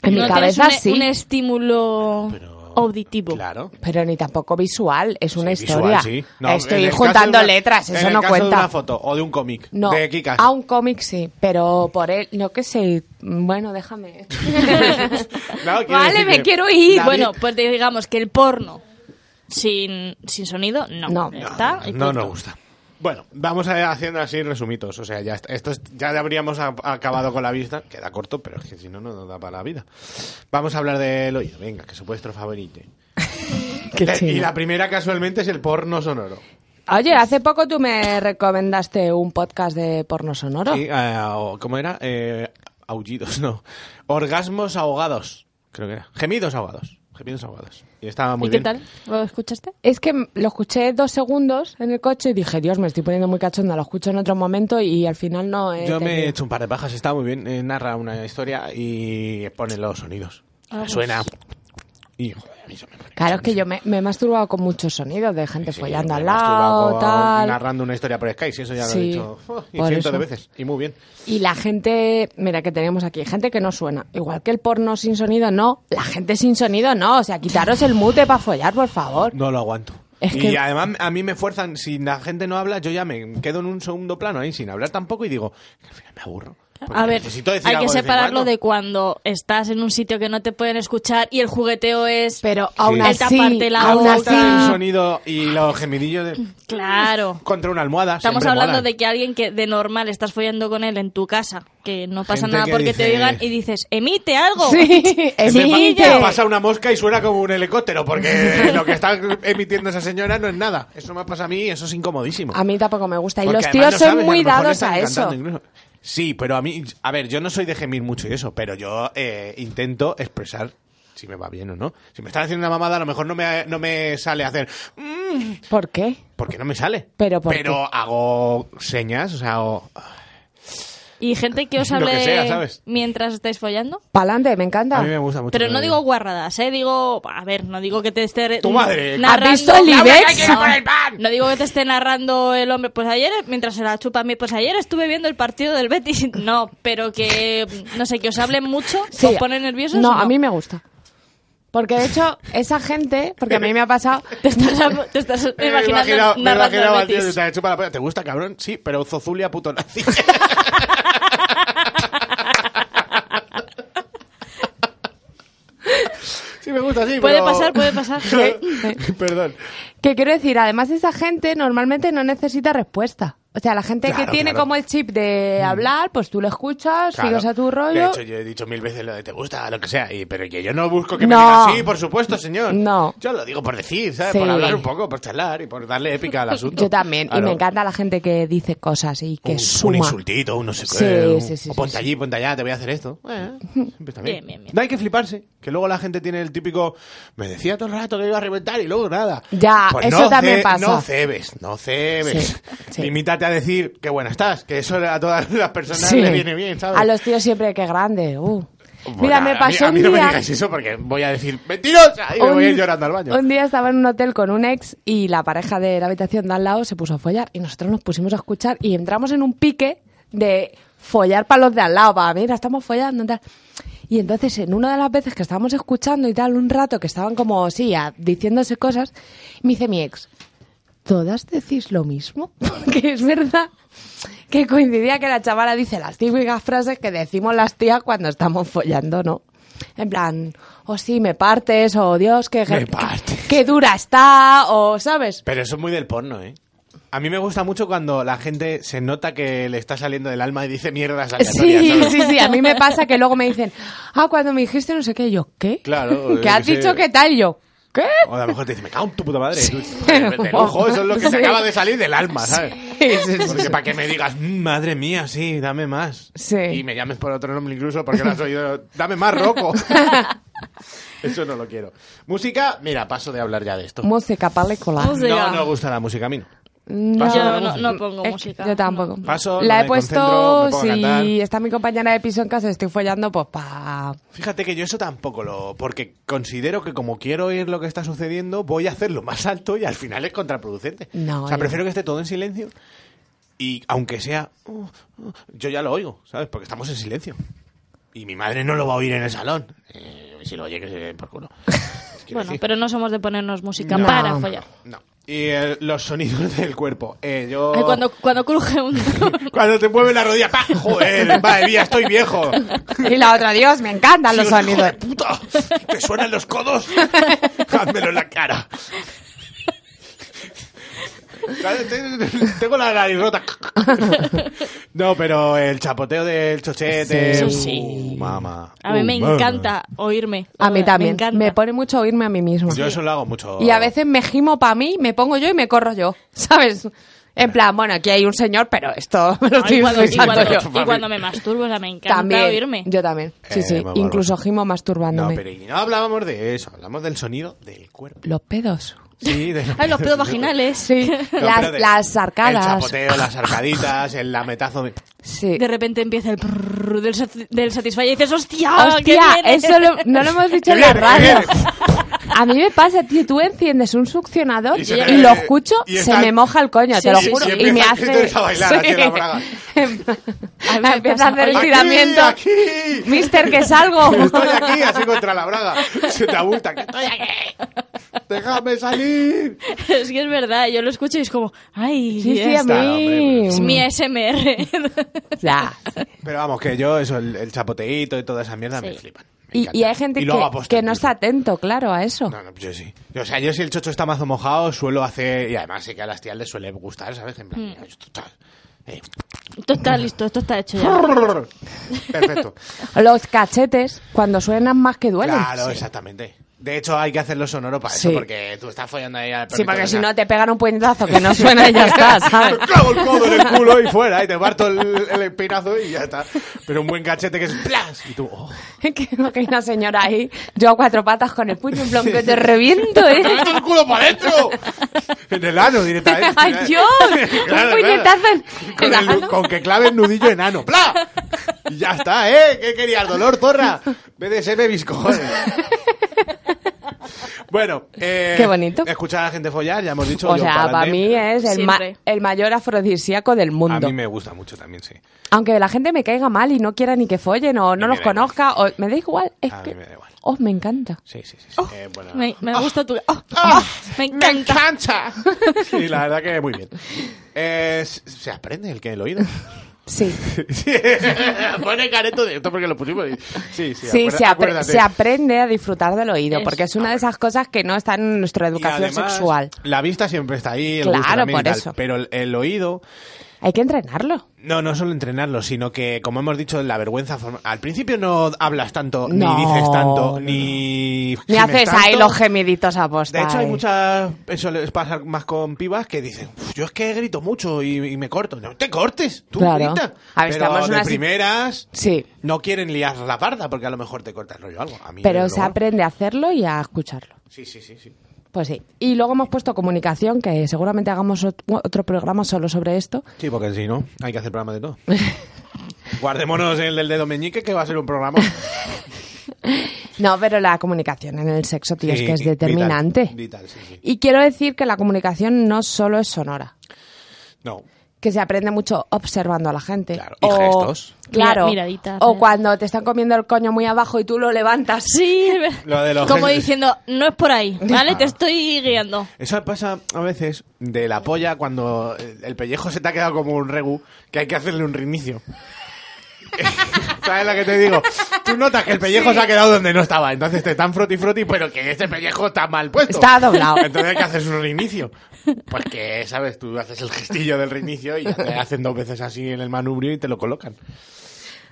S5: En mi
S4: no tienes
S5: cabeza
S4: un, e-
S5: sí,
S4: un estímulo
S3: Pero-
S4: auditivo.
S3: Claro.
S5: pero ni tampoco visual. Es una
S3: Sí, visual,
S5: historia.
S3: sí. No, en
S5: Estoy
S3: el
S5: juntando
S3: caso de una-
S5: letras,
S3: en
S5: eso
S3: el
S5: no
S3: caso de
S5: cuenta.
S3: una foto o de un cómic.
S5: No,
S3: De Kikas.
S5: a un cómic sí, pero por él, no que sé, bueno, déjame.
S3: Claro, quiero
S5: vale,
S3: decir
S5: me
S3: que-
S5: quiero ir.
S3: David-
S4: Bueno, pues digamos que el porno sin, sin sonido, no.
S5: No.
S4: Ya está, y
S3: No
S4: punto.
S3: nos gusta. Bueno, vamos a haciendo así resumitos. O sea, ya est- esto es- ya habríamos a- acabado con la vista. Queda corto, pero es que si no, no nos da para la vida. Vamos a hablar de Eloy. Venga, que es vuestro favorito.
S5: Qué
S3: Eh, y
S5: chido.
S3: la primera casualmente es el porno sonoro.
S5: Oye, hace poco tú me recomendaste un podcast de porno sonoro.
S3: Y, eh, o- ¿Cómo era? Eh, aullidos, no. Orgasmos ahogados. Creo que era. Gemidos ahogados. Gemidos ahogados. Y estaba muy
S4: ¿Y qué
S3: bien.
S4: tal? ¿Lo escuchaste?
S5: Es que m- lo escuché dos segundos en el coche y dije, Dios, me estoy poniendo muy cachonda, lo escucho en otro momento y al final no he
S3: Yo me he
S5: tenido.
S3: hecho un par de pajas, está muy bien. eh, narra una historia y pone los sonidos. Suena. Y, joder, a mí eso me pone
S5: Ah, pues Claro, es que
S3: cachondo.
S5: yo me, me he masturbado con muchos sonidos de gente
S3: Sí,
S5: follando
S3: me
S5: al
S3: he masturbado
S5: lado, tal.
S3: Narrando una historia por Skype, sí, eso ya lo he
S5: Sí,
S3: dicho oh, y
S5: por
S3: cientos
S5: eso.
S3: de veces. Y muy bien.
S5: Y la gente, mira que tenemos aquí, gente que no suena. Igual que el porno sin sonido, no. La gente sin sonido, no. O sea, quitaros el mute para follar, por favor.
S3: No lo aguanto.
S5: Es
S3: y
S5: que-
S3: además a mí me fuerzan, si la gente no habla, yo ya me quedo en un segundo plano ahí sin hablar tampoco y digo, al final me aburro. porque
S4: A ver,
S3: Pues necesito decir
S4: hay que
S3: algo de vez en
S4: separarlo
S3: cuando.
S4: de cuando estás en un sitio que no te pueden escuchar y el jugueteo es...
S5: Pero aún
S3: El
S5: así,
S4: taparte la
S5: aún
S3: Aún
S4: boca.
S5: así,
S3: falta el sonido y los gemidillos de-
S4: Claro.
S3: contra una almohada.
S4: Estamos
S3: siempre
S4: hablando
S3: molan.
S4: de que alguien que de normal estás follando con él en tu casa, que no pasa
S3: Gente
S4: nada
S3: que
S4: porque
S3: dice-
S4: te oigan y dices, emite algo.
S5: Sí,
S3: Me
S5: emite.
S3: pa- pasa una mosca y suena como un helicóptero, porque lo que está emitiendo esa señora no es nada. Eso me pasa a mí y eso es incomodísimo.
S5: A mí tampoco me gusta. Y
S3: Porque
S5: los
S3: además
S5: tíos
S3: no
S5: son
S3: sabes,
S5: muy
S3: lo mejor
S5: dados
S3: están
S5: a eso.
S3: cantando incluso. Sí, pero a mí, a ver, yo no soy de gemir mucho y eso, pero yo eh, intento expresar si me va bien o no. Si me están haciendo una mamada, a lo mejor no me, no me sale hacer... "Mm",
S5: ¿Por qué?
S3: porque no me sale.
S5: Pero, ¿por
S3: hago señas, o sea, o-
S4: Y gente que os
S3: Lo que
S4: hable
S3: sea, ¿sabes?
S4: mientras estáis follando.
S5: Pa'lante, me encanta.
S3: a mí me gusta mucho.
S4: Pero no
S3: todavía.
S4: digo guarradas, ¿eh? Digo, a ver, no digo que te esté...
S3: Tu madre,
S4: narrando-
S5: ¿has visto el
S4: No,
S5: Ibex?
S4: ya quiero
S5: No.
S4: por el pan. No digo que te esté narrando el hombre, pues ayer, mientras se la chupa a mí, pues ayer estuve viendo el partido del Betis. No, pero que, no sé, que os hablen mucho,
S5: Sí.
S4: os pone nerviosos.
S5: No,
S4: o
S5: a mí me gusta. Porque de hecho, esa gente, porque a mí me ha pasado.
S4: Te estás, te estás
S3: Eh, me
S4: imaginando
S3: imaginaba- me
S4: narrando el
S3: imaginaba al tío
S4: Betis.
S3: que se chupa la polla. ¿Te gusta, cabrón? Sí, pero Zozulia, puto nazi. sí, me gusta, sí,
S4: Puede
S3: pero-
S4: pasar, puede pasar.
S3: Perdón.
S5: Que quiero decir, además esa gente normalmente no necesita respuesta. O sea, la gente
S3: Claro,
S5: que tiene
S3: claro. Mm.
S5: como el chip de hablar, pues tú lo escuchas,
S3: Claro.
S5: sigues a tu rollo.
S3: De hecho, yo he dicho mil veces lo de te gusta, lo que sea, y, pero que yo no busco que me
S5: No.
S3: diga sí, por supuesto, señor.
S5: No.
S3: Yo lo digo por decir, ¿sabes?
S5: Sí.
S3: Por hablar un poco, por charlar y por darle épica al asunto.
S5: Yo también.
S3: Claro.
S5: Y me encanta la gente que dice cosas y que
S3: un,
S5: suma.
S3: un insultito, un no sé qué.
S5: Sí,
S3: un-
S5: sí, sí,
S3: o
S5: sí,
S3: ponte
S5: sí.
S3: allí, ponte allá, te voy a hacer esto. Bueno, pues también.
S4: Bien, bien, bien.
S3: No hay que fliparse, que luego la gente tiene el típico, me decía todo el rato que iba a reventar y luego nada.
S5: Ya,
S3: Pues
S5: eso
S3: no
S5: también
S3: ce-
S5: pasa.
S3: No cebes, no cebes.
S5: Sí, sí.
S3: Limítate a decir que buena estás, que eso a todas las personas
S5: Sí.
S3: le viene bien, ¿sabes?
S5: A los tíos siempre que grande. uh.
S3: Bueno,
S5: Mira,
S3: a
S5: me
S3: mí-
S5: pasó
S3: a mí,
S5: un
S3: no
S5: día.
S3: me digas eso porque voy a decir ¡Mentirosa! Y me voy a ir llorando al baño.
S5: un día estaba en un hotel con un ex y la pareja de la habitación de al lado se puso a follar y nosotros nos pusimos a escuchar y entramos en un pique de follar para los de al lado, para mira, estamos follando y tal. Y entonces en una de las veces que estábamos escuchando y tal, un rato que estaban como, sí, a- diciéndose cosas, me dice mi ex, ¿todas decís lo mismo? Porque es verdad que coincidía que la chavala dice las típicas frases que decimos las tías cuando estamos follando, ¿no? En plan, o sí, me partes, o Dios, que
S3: Me partes.
S5: qué dura está, o sabes.
S3: Pero eso es muy del porno, ¿eh? A mí me gusta mucho cuando la gente se nota que le está saliendo del alma y dice mierdas aleatorias.
S5: Sí,
S3: ¿sabes?
S5: sí, sí, a mí me pasa que luego me dicen, ah, cuando me dijiste no sé qué, yo, ¿qué?
S3: Claro, yo
S5: ¿Qué has
S3: qué sé.
S5: dicho qué tal? Y Yo, ¿qué?
S3: O a lo mejor te dice, me cago en tu puta madre. Y tú, "Joder, de lujo, eso es lo que se
S5: Sí.
S3: acaba de salir del alma, ¿sabes?
S5: Sí, sí, sí,
S3: Porque
S5: sí.
S3: para que me digas, "Mm, madre mía, sí, dame más.
S5: Sí.
S3: Y me llames por otro nombre incluso porque no has oído, dame más, roco. Eso no lo quiero. Música, mira, paso de hablar ya de esto.
S5: Música, película.
S4: Música.
S3: No, no me gusta la música a mí. no.
S5: No,
S3: Paso
S4: Yo
S3: de la
S4: no,
S3: música.
S4: no pongo
S5: es que
S4: música.
S5: Yo tampoco.
S3: Paso,
S5: la
S3: me
S5: he puesto,
S3: concentro, me pongo a cantar.
S5: si está mi compañera de piso en casa, estoy follando, pues pa...
S3: Fíjate que yo eso tampoco lo... Porque considero que como quiero oír lo que está sucediendo, voy a hacerlo más alto y al final es contraproducente.
S5: No,
S3: o sea,
S5: yo-
S3: prefiero que esté todo en silencio y aunque sea... "Uh, uh", yo ya lo oigo, ¿sabes? Porque estamos en silencio. Y mi madre no lo va a oír en el salón. Eh, si lo oye, que se dé por culo. Quiero
S4: Bueno,
S3: decir.
S4: pero no somos de ponernos música
S5: No.
S4: para follar.
S3: No. Y eh, los sonidos del cuerpo. Eh, yo...
S4: Ay, cuando, cuando cruje un...
S3: Cuando te mueve la rodilla, ¡pa! ¡Joder! ¡Madre mía, estoy viejo!
S5: Y la otra, Dios, me encantan los
S3: Sí, hijo
S5: sonidos.
S3: de puta! ¿Te suenan los codos? ¡Házmelo en la cara! Claro, te- Tengo la nariz rota. No, pero el chapoteo del chochete.
S5: Sí. Ah,
S3: uh,
S4: Eso sí.
S3: Mamá.
S4: A mí
S3: Uh,
S4: me
S3: mamá.
S4: encanta oírme.
S5: A mí también.
S4: Me
S5: Me,
S4: encanta.
S5: pone mucho oírme a mí misma.
S3: Yo eso lo hago mucho.
S5: Y a veces me gimo para mí, me pongo yo y me corro yo, ¿sabes? En plan, bueno, aquí hay un señor, pero esto me lo
S4: No,
S5: estoy
S4: y, cuando, y
S5: pensando
S4: cuando-
S5: yo.
S4: y cuando me masturbo, o sea, me encanta
S5: También,
S4: oírme.
S5: yo también. Sí,
S3: Eh,
S5: sí,
S3: muy
S5: incluso
S3: bárbaro.
S5: gimo
S3: No,
S5: masturbándome.
S3: pero y no hablábamos de eso. Hablamos del sonido del cuerpo.
S5: Los pedos.
S3: Sí, de
S4: Ay, los pedos vaginales.
S5: Sí,
S3: No,
S5: las,
S3: pero de-
S5: las arcadas.
S3: El chapoteo, las arcaditas, el lametazo. de-
S5: Sí.
S4: De repente empieza el prrrr del, sat- del Satisfy y dices, ¡hostia!
S3: Ah,
S4: ¿qué
S5: Hostia,
S4: viene?".
S5: eso lo- no lo hemos dicho
S3: ¡Que
S5: en la
S3: viene, que
S5: radio.
S3: viene!
S5: A mí me pasa, tío, tú enciendes un succionador
S3: Y
S5: y,
S3: se te-
S5: lo escucho,
S3: y
S5: se
S3: está-
S5: me moja el coño,
S4: Sí,
S5: te lo
S4: sí,
S5: juro.
S4: sí.
S5: y me
S3: Empieza el
S5: hace...
S3: Cristo a bailar, así en la braga.
S4: A mí me
S5: Empieza
S4: pasa.
S5: a hacer el
S4: Oye,
S5: tiramiento.
S3: ¡Aquí! aquí!
S5: Mister, que salgo.
S3: Estoy aquí, así contra la braga. Se te abulta. que estoy aquí. ¡Déjame salir!
S4: Es que es verdad, yo lo escucho y es como, ¡ay!
S5: Sí, sí,
S4: es,
S5: a mí.
S3: hombre,
S4: es mi SMR.
S5: Ya.
S3: Pero vamos, que yo, eso, el, el chapoteíto y toda esa mierda me
S4: Sí.
S3: flipan. Me
S5: Y,
S3: encanta.
S5: y hay gente
S3: Y lo hago
S5: que,
S3: aposta,
S5: que no
S3: incluso.
S5: está atento, claro, a eso.
S3: No, no, yo sí. O sea, yo si el chocho está mazo mojado, suelo hacer. Y además sé que a las tías les suele gustar, ¿sabes? En plan,
S5: Mm.
S3: mira, esto está- eh,
S4: esto está listo, esto está hecho ya.
S3: Perfecto.
S5: Los cachetes, cuando suenan más que duelen.
S3: Claro, exactamente. De hecho, hay que hacerlo sonoro para eso,
S5: Sí.
S3: porque tú estás follando ahí al
S5: Sí,
S3: perrito
S5: porque
S3: que
S5: si
S3: sea,
S5: no te pegan un puñetazo que no suena y ya está, ¿sabes?
S3: Te clavo el codo en el culo y fuera, y te parto el, el espinazo y ya está. Pero un buen cachete que es ¡plas! Y tú, oh,
S5: Que imagina señora ahí, yo a cuatro patas con el puño en blanco, que te reviento,
S3: ¡te
S5: ¿eh?
S3: meto el culo para adentro! En el ano directamente. ¿eh?
S5: ¡Ay, Dios! Un puñetazo en-
S3: Con,
S5: en el
S3: el-
S5: ano.
S3: con que clave el nudillo en ano. ¡Pla! Y ya está, ¿eh? ¿Qué querías, dolor, zorra? BDSM, mis cojones. Bueno, eh,
S5: Qué bonito.
S3: Escuchar a la gente follar, ya hemos dicho.
S5: O
S3: yo
S5: sea, para
S3: pa'lante.
S5: mí es el, ma-
S4: Siempre.
S5: el mayor afrodisíaco del
S3: A
S5: mundo.
S3: mí me gusta mucho también, sí.
S5: Aunque la gente me caiga mal y no quiera ni que follen o no
S3: me
S5: los
S3: da
S5: conozca, o... me da igual. Es
S3: A
S5: que...
S3: mí me da igual.
S5: Oh, me encanta.
S3: Sí, sí, sí. sí. Eh, bueno.
S4: Me, me gusta tu... oh,
S3: ¡Ah!
S4: me encanta.
S3: Sí, la verdad que muy bien. Eh, s- se aprende el que el oído.
S5: Sí.
S3: Sí. Pone careto de esto porque lo pusimos. y- Sí,
S5: Sí,
S3: sí, acuerda-
S5: se, apre-
S3: acuérdate.
S5: se aprende a disfrutar del oído,
S4: Es-
S5: porque es una de esas cosas que no está en nuestra
S3: Y
S5: educación
S3: además,
S5: sexual.
S3: La vista siempre está ahí. el
S5: Claro,
S3: gusto también y
S5: por
S3: tal,
S5: eso.
S3: Pero el, el oído,
S5: Hay que entrenarlo.
S3: no, no solo entrenarlo, sino que, como hemos dicho, la vergüenza. forma- Al principio no hablas tanto,
S5: No,
S3: ni dices tanto,
S5: no,
S3: ni.
S5: Ni
S3: gimes
S5: haces ahí
S3: tanto.
S5: los gemiditos a posta.
S3: De hecho, hay
S5: eh.
S3: muchas. Eso les pasa más con pibas que dicen: "Uf, Yo es que grito mucho y, y me corto. No te cortes, tú
S5: Claro.
S3: grita.
S5: A ver,
S3: Pero
S5: estamos en
S3: de
S5: una si-
S3: primeras
S5: Sí,
S3: no quieren liar la parda porque a lo mejor te corta el rollo o algo. A mí
S5: pero
S3: no.
S5: se aprende a hacerlo y a escucharlo.
S3: Sí, sí, sí. sí.
S5: Pues sí. Y luego hemos puesto comunicación, que seguramente hagamos ot- otro programa solo sobre esto.
S3: Sí, porque si no, hay que hacer programas de todo. Guardémonos el del dedo meñique que va a ser un programa.
S5: No, pero la comunicación en el sexo, tío, es
S3: Sí,
S5: que es
S3: vital,
S5: determinante.
S3: vital, sí, sí.
S5: Y quiero decir que la comunicación no solo es sonora,
S3: No.
S5: que se aprende mucho observando a la gente.
S3: Claro, y gestos.
S5: Claro.
S4: Mira- miraditas,
S5: o
S4: eh.
S5: cuando te están comiendo el coño muy abajo y tú lo levantas.
S4: Sí, es verdad.
S3: Lo de los
S4: Como
S3: gestos.
S4: diciendo, no es por ahí, ¿vale? Te estoy guiando.
S3: Eso pasa a veces de la polla cuando el pellejo se te ha quedado como un regu, que hay que hacerle un reinicio. ¿Sabes lo que te digo? Tú notas que el pellejo se ha quedado donde no estaba, entonces te están froti froti, pero que este pellejo está mal puesto.
S5: Está doblado.
S3: Entonces hay que hacer un reinicio. Porque, ¿sabes? Tú haces el gestillo del reinicio y ya te hacen dos veces así en el manubrio y te lo colocan.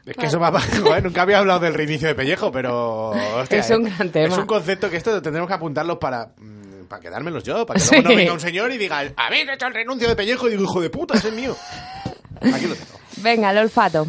S3: Es que eso me ha pasado, ¿eh? Nunca había hablado del reinicio de pellejo, pero. hostia,
S5: Es un
S3: eh,
S5: gran tema.
S3: Es un concepto que esto lo tendremos que apuntarlo para. mm, Para quedármelos yo, para que
S5: Sí.
S3: luego no venga un señor y diga, habéis hecho el renuncio de pellejo y digo, hijo de puta, ese es mío. Aquí lo tengo.
S5: Venga, el olfato.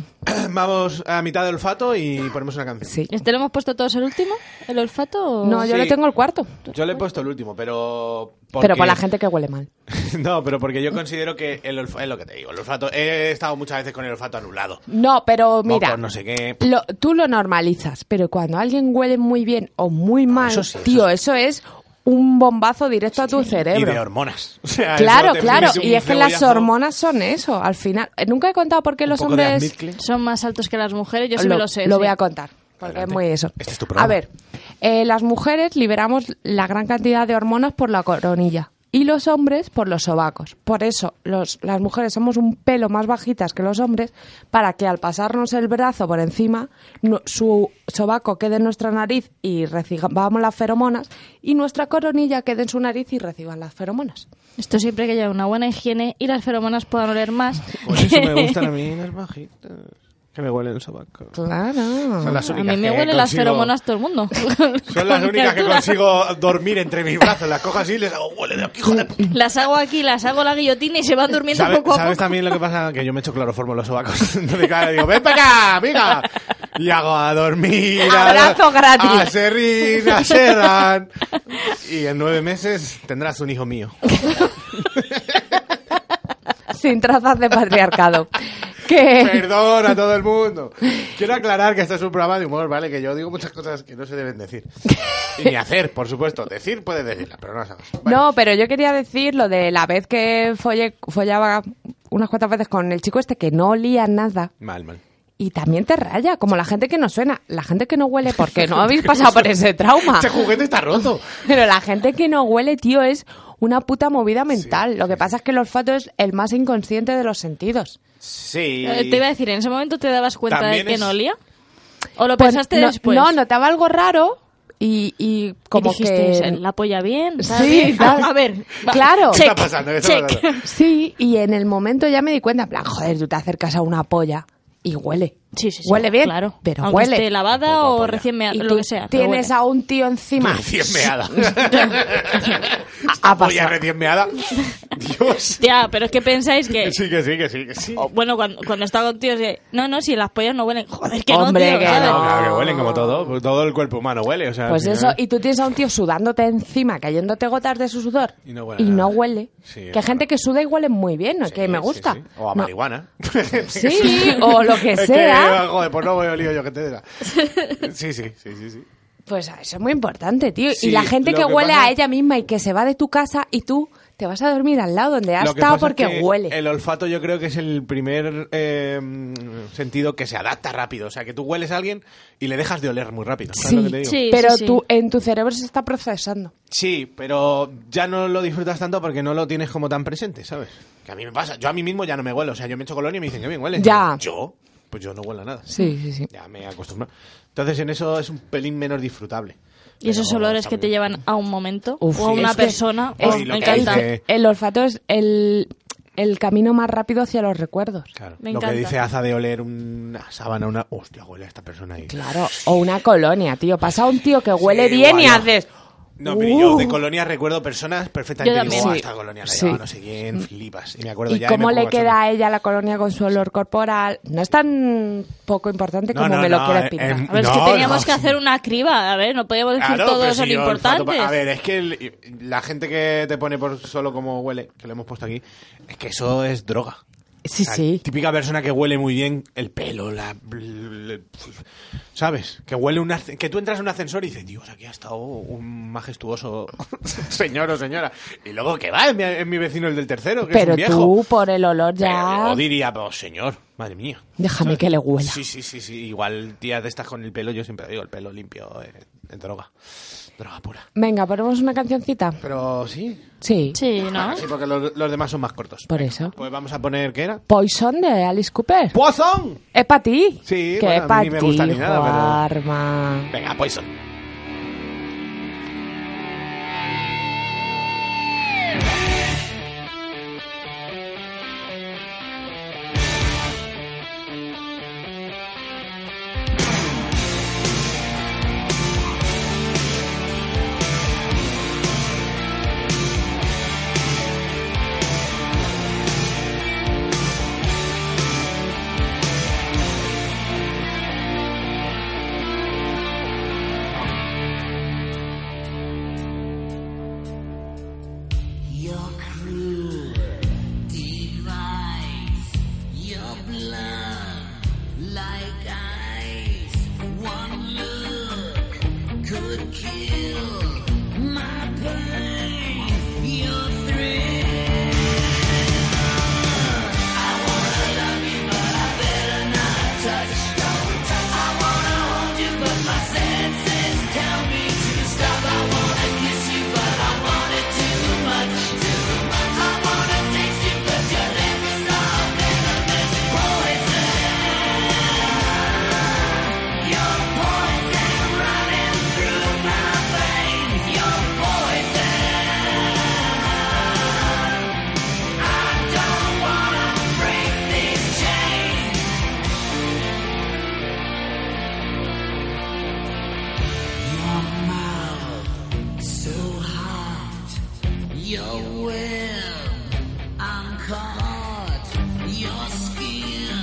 S3: Vamos a mitad del olfato y ponemos una canción.
S5: Sí.
S4: ¿Este lo hemos puesto todos el último? ¿El olfato? o-
S5: No, yo
S3: Sí.
S5: le tengo el cuarto.
S3: Yo le he puesto el último, pero...
S5: Pero
S3: porque-
S5: para la gente que huele mal.
S3: no, pero porque yo considero que el olfato... Es lo que te digo, el olfato... He estado muchas veces con el olfato anulado.
S5: No, pero mira.
S3: Mocos, no sé qué.
S5: lo- tú lo normalizas, pero cuando alguien huele muy bien o muy mal,
S3: eso sí, eso
S5: tío, eso, es un bombazo directo a tu
S3: Y
S5: cerebro.
S3: de hormonas. O sea, eso
S5: Claro,
S3: te
S5: claro.
S3: pones un
S5: Y es que las
S3: cebollazo,
S5: hormonas son eso, al final. Nunca he contado por qué
S3: un
S5: los
S3: poco de
S5: hombres...
S3: Admicle.
S4: Son más altos que las mujeres, yo sí me lo sé. sí.
S5: voy a contar, porque
S3: Adelante.
S5: es muy eso.
S3: Este es tu programa.
S5: A ver, eh, las mujeres liberamos la gran cantidad de hormonas por la coronilla y los hombres por los sobacos. Por eso los, las mujeres somos un pelo más bajitas que los hombres para que al pasarnos el brazo por encima no- su sobaco quede en nuestra nariz y recibamos las feromonas y nuestra coronilla quede en su nariz y reciban las feromonas.
S4: Esto siempre que haya una buena higiene y las feromonas puedan oler más.
S3: Por eso me gustan a mí las bajitas. Que me huelen el sobaco. Son
S5: Claro.
S3: las
S4: A
S3: únicas
S4: mí me
S3: que
S4: huelen las
S3: consigo-
S4: feromonas todo el mundo.
S3: Son las únicas que consigo dormir entre mis brazos. Las cojo así y les hago huele de aquí, hijo de puta".
S4: Las hago aquí, las hago la guillotina y se van durmiendo
S3: ¿Sabe-
S4: poco a
S3: ¿Sabes
S4: poco.
S3: también lo que pasa? Que yo me echo cloroformo en los sobacos. Entonces, claro, digo, ven para acá, amiga. Y hago a dormir. a-
S5: Abrazo gratis.
S3: A Serrín, a Serran. Y en nueve meses tendrás un hijo mío.
S5: Sin trazas de patriarcado. que...
S3: Perdón a todo el mundo. Quiero aclarar que este es un programa de humor, ¿vale? Que yo digo muchas cosas que no se deben decir. Y ni hacer, por supuesto. Decir puedes decirlas, pero no las hagas. Vale.
S5: No, pero yo quería decir lo de la vez que follé- follaba unas cuantas veces con el chico este que no olía nada.
S3: Mal, mal.
S5: Y también te raya, como la gente que no suena, la gente que no huele, porque no habéis pasado por ese
S4: Ah.
S5: trauma.
S3: Este juguete está roto.
S5: Pero la gente que no huele, tío, es una puta movida mental. lo que pasa es que el olfato es el más inconsciente de los sentidos.
S3: Sí.
S4: Eh, Te iba a decir, ¿en ese momento te dabas cuenta
S3: También
S4: de que
S3: es-
S4: no olía? ¿O lo
S5: Pues
S4: pensaste
S5: no,
S4: después?
S5: No, notaba algo raro y, y como
S4: y dijiste,
S5: que...
S4: "Eh, la polla bien,
S5: Sí,
S4: ¿sabes? bien?
S5: claro.
S4: a ver, va,
S5: Claro.
S3: ¿Qué está
S4: check,
S3: pasando? ¿Qué está
S4: check.
S3: pasando?
S5: Sí, y en el momento ya me di cuenta, en plan, joder, tú te acercas a una polla y huele.
S4: Sí, sí, sí,
S5: Huele bien,
S4: claro.
S5: pero
S4: Aunque
S5: huele.
S4: esté lavada
S3: Poco a
S4: o
S3: polla.
S4: recién meada,
S5: Y
S4: lo
S5: tú
S4: que sea. pero
S5: Tienes
S4: huele.
S5: a un tío encima.
S3: Recién meada.
S5: Ha
S3: Esta polla
S5: pasado.
S3: recién meada. Dios.
S4: Ya, pero es que pensáis que...
S3: Sí, que sí, que sí, que sí.
S5: Oh,
S4: o, Bueno, cuando, cuando está contigo, de, no, no, si las pollas no huelen. Joder, que
S5: Hombre,
S4: no, tío,
S5: que
S4: ¿sabes?
S3: No,
S5: no.
S3: claro que huelen como todo. pues Todo el cuerpo humano huele. O sea,
S5: Pues
S3: al
S5: eso,
S3: final-
S5: y tú tienes a un tío sudándote encima, cayéndote gotas de su sudor.
S3: Y no huele
S5: Y
S3: nada.
S5: no huele.
S3: Sí, es
S5: que hay gente
S3: verdad.
S5: que suda y huele muy bien, ¿no?
S3: Sí,
S5: que me
S3: sí,
S5: gusta.
S3: sí. O a
S5: No.
S3: marihuana.
S5: Sí, o lo que
S3: Es
S5: sea.
S3: joder, pues no voy olido yo que te diga. Sí, sí, sí, sí. sí.
S5: Pues eso es muy importante, tío.
S3: Sí,
S5: y la gente
S3: lo
S5: que
S3: que
S5: huele
S3: pasa-
S5: a ella misma y que se va de tu casa y tú te vas a dormir al lado donde has
S3: Lo que
S5: estado
S3: pasa es
S5: porque
S3: que
S5: huele.
S3: El olfato yo creo que es el primer eh, mm, sentido que se adapta rápido. O sea, que tú hueles a alguien y le dejas de oler muy rápido. ¿Sabes
S5: Sí,
S3: lo que te digo?
S4: Sí,
S5: pero
S4: sí, sí.
S5: tú en tu cerebro se está procesando.
S3: Sí, pero ya no lo disfrutas tanto porque no lo tienes como tan presente, ¿sabes? Que a mí me pasa. Yo a mí mismo ya no me huelo. O sea, yo me echo colonia y me dicen que bien huele.
S5: Ya.
S3: Yo, pues yo no huelo a nada.
S5: Sí, sí, sí.
S3: Ya me he acostumbrado. Entonces en eso es un pelín menos disfrutable.
S4: Y esos
S3: Pero
S4: olores
S3: está
S4: que
S3: muy
S4: te
S3: bien.
S4: llevan a un momento
S5: Uf,
S4: o a
S5: sí,
S4: una
S5: es que-
S4: persona,
S3: es-
S4: oh,
S3: y lo
S4: me
S3: que
S4: encanta.
S3: dice-
S5: El olfato es el, el camino más rápido hacia los recuerdos.
S3: Claro.
S4: Me
S3: lo que
S4: encanta.
S3: dice Aza de oler una sábana, una... Hostia, huele a esta persona ahí.
S5: Claro, o una colonia, tío. Pasa un tío que
S3: Sí,
S5: huele bien y
S3: igual.
S5: haces.
S3: No, pero yo de
S5: "Uh".
S3: colonia recuerdo personas perfectamente.
S4: Yo
S3: Digo,
S4: también.
S3: "Buah,
S5: Sí.
S3: esta colonia la
S5: Sí.
S3: llevaba no sé quién, flipas. Y me acuerdo
S5: ¿Y
S3: ya.
S5: cómo
S3: me
S5: le
S3: pongo
S5: queda
S3: cachondo.
S5: a ella la colonia con su olor corporal? No es tan poco importante
S3: No,
S5: como
S3: no,
S5: me lo
S3: no,
S5: quieres
S3: eh,
S5: pintar.
S3: em,
S4: A ver, es
S3: No,
S4: que teníamos
S3: no,
S4: que
S3: sí.
S4: hacer una criba, a ver, no podíamos decir
S3: Claro, pero
S4: todos
S3: si
S4: son
S3: yo olfato-
S4: importantes.
S3: a ver, es que el- la gente que te pone por solo como huele, que lo hemos puesto aquí, es que eso es droga.
S5: sí,
S3: O sea,
S5: sí.
S3: Típica persona que huele muy bien el pelo, la... la- ¿Sabes? Que huele un... asc- Que tú entras en un ascensor y dices, Dios, aquí ha estado un majestuoso señor o señora. Y luego, que va? Es mi, es mi vecino el del tercero, que es
S5: Pero
S3: un viejo.
S5: tú, por el olor ya.
S3: Pero yo diría, pues señor, madre mía.
S5: Déjame que le huela.
S3: Sí, sí, sí, sí. Igual tías de estas con el pelo, yo siempre digo, el pelo limpio, eh, en droga. Droga pura.
S5: Venga, ponemos una cancioncita.
S3: Pero sí.
S5: Sí.
S4: Sí, ¿no?
S3: Sí, porque los, los demás son más cortos.
S5: Por eso.
S3: Pues vamos a poner, ¿qué era?
S5: Poison de Alice Cooper.
S3: ¡Poison!
S5: Es para ti.
S3: Sí,
S5: que
S3: bueno,
S5: es
S3: a
S5: para
S3: mí
S5: ti,
S3: ni me gusta ni nada, pero-
S5: Juanma.
S3: Venga, Poison.
S7: Poison, your will. I'm caught, your skin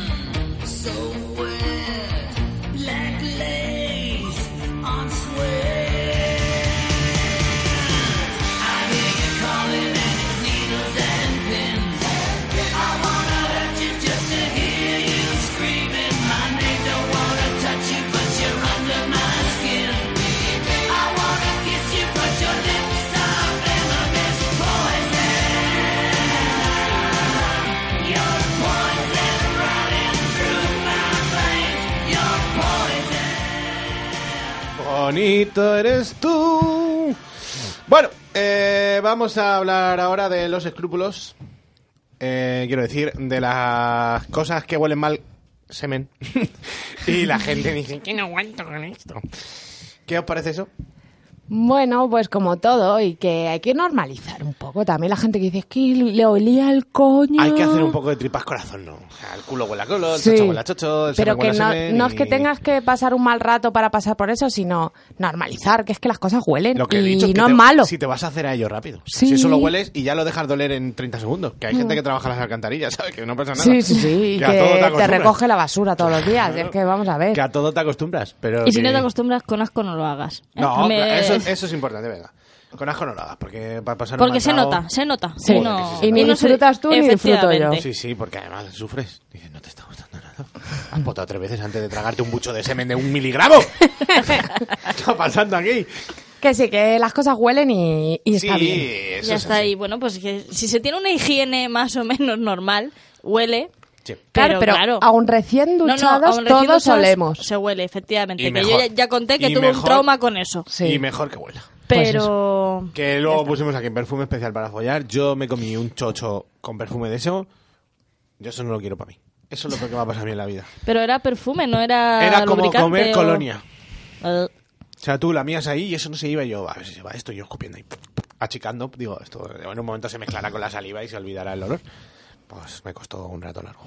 S7: so wet, black lace on sweat. I hear you calling and it's needles and pins. I wanna hurt you just to hear you screaming my name. Don't wanna touch you, but you're under my skin. I wanna kiss you, but your lips are venomous poison. Your poison running through my veins. Your poison.
S3: Bonito eres tú. Bueno, eh, vamos a hablar ahora de los escrúpulos. Eh, quiero decir, de las cosas que huelen mal, semen. y la gente dice, que no aguanto con esto. ¿Qué os parece eso?
S5: Bueno, pues como todo, y que hay que normalizar un poco. También la gente que dice, es que le olía el coño.
S3: Hay que hacer un poco de tripas corazón, ¿no? O sea, el culo huele a culo, el
S5: Sí.
S3: chocho huele a chocho, el
S5: Pero
S3: semen huele
S5: que
S3: a
S5: no,
S3: semen
S5: no es
S3: y-
S5: que tengas que pasar un mal rato para pasar por eso, sino normalizar, que es que las cosas huelen
S3: Lo que he
S5: y
S3: dicho es que
S5: no
S3: te-
S5: es malo.
S3: Si te vas a hacer a ello rápido.
S5: Sí. Mm.
S3: Si eso lo hueles y ya lo dejas doler en 30 segundos. Que hay gente que trabaja en las alcantarillas, ¿sabes? Que no pasa nada.
S5: Sí, sí, sí, y
S3: a todo
S5: que te
S3: acostumbras.
S5: recoge la basura todos los días. Es que vamos a ver.
S3: Que a todo te acostumbras. Pero
S4: Y si
S3: que-
S4: no te acostumbras, con asco no lo hagas. ¿eh?
S3: No,
S4: Me-
S3: claro, eso, eso es importante, venga. Con asco no lo hagas, porque para pasar un
S4: Porque
S3: mal
S4: se
S3: trago-
S4: nota, se nota.
S5: Sí.
S4: No-
S5: Y ni
S4: no se-
S5: disfrutas tú ni disfruto yo.
S4: Efectivamente.
S3: Sí, sí, porque además sufres. Dices, no te está gustando nada. Has potado tres veces antes de tragarte un bucho de semen de un miligramo. ¿Qué está pasando aquí?
S5: Que sí, que las cosas huelen y, y está
S3: sí,
S5: bien.
S3: eso
S4: ya
S3: es
S4: está
S3: así.
S4: ahí. Bueno, pues que si se tiene una higiene más o menos normal, huele.
S3: Sí.
S5: Claro, pero
S4: claro.
S5: aún recién
S4: No, no,
S5: duchados
S4: aún recién
S5: todos
S4: duchados
S5: olemos.
S4: Se huele, efectivamente.
S3: Y
S4: que yo
S3: mejor.
S4: ya, ya conté que
S3: Y
S4: tuve
S3: mejor.
S4: un trauma con eso.
S5: Sí.
S3: Y mejor que huela.
S5: Pues
S4: Pero.
S3: Que luego pusimos aquí en perfume especial para follar. Yo me comí un chocho con perfume de eso. Yo eso no lo quiero para mí. Eso es lo que va a pasar a mí en la vida.
S4: Pero era perfume, no era.
S3: Era como
S4: lubricante
S3: comer
S4: o-
S3: colonia. Ah.
S4: Eh,
S3: O sea, tú la mías ahí y eso no se iba. Y yo, a ver si se va esto. y yo escupiendo ahí, achicando. Digo, esto en un momento se mezclará con la saliva y se olvidará el olor. Pues me costó un rato largo.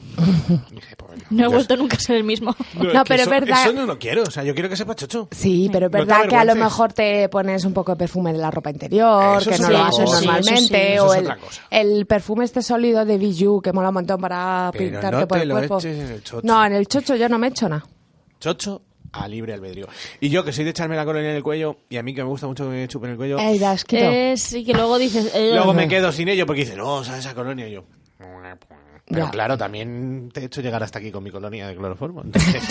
S3: Dije, pues,
S4: No he
S3: yo-
S4: vuelto nunca a ser el mismo.
S5: No,
S3: que
S5: pero
S3: eso,
S5: es verdad.
S3: Eso no lo quiero. O sea, yo quiero que sepa chocho.
S5: Sí, pero es
S3: No te
S5: verdad que a lo
S3: avergüences.
S5: mejor te pones un poco de perfume en la ropa interior,
S3: Eso
S5: que
S3: es
S5: no
S4: otra
S5: lo haces
S4: cosa.
S5: normalmente,
S3: Eso es
S5: o
S3: otra
S5: el,
S3: cosa.
S5: el perfume este sólido de Bijou que mola un montón para
S3: Pero
S5: pintarte
S3: no
S5: por
S3: te
S5: el
S3: lo
S5: cuerpo.
S3: eches en el chocho.
S5: No, en el chocho yo no me echo nada.
S3: Chocho a libre albedrío. Y yo, que soy de echarme la colonia en el cuello, y a mí que me gusta mucho que me chupen el cuello,
S5: Ey, da asquito.
S4: Eh, sí, que luego dices. eh,
S3: Luego me quedo sin ello porque dice, no, ¿sabes esa colonia? Y yo. Pero
S5: Ya.
S3: claro, también te he hecho llegar hasta aquí con mi colonia de cloroformo. Entonces,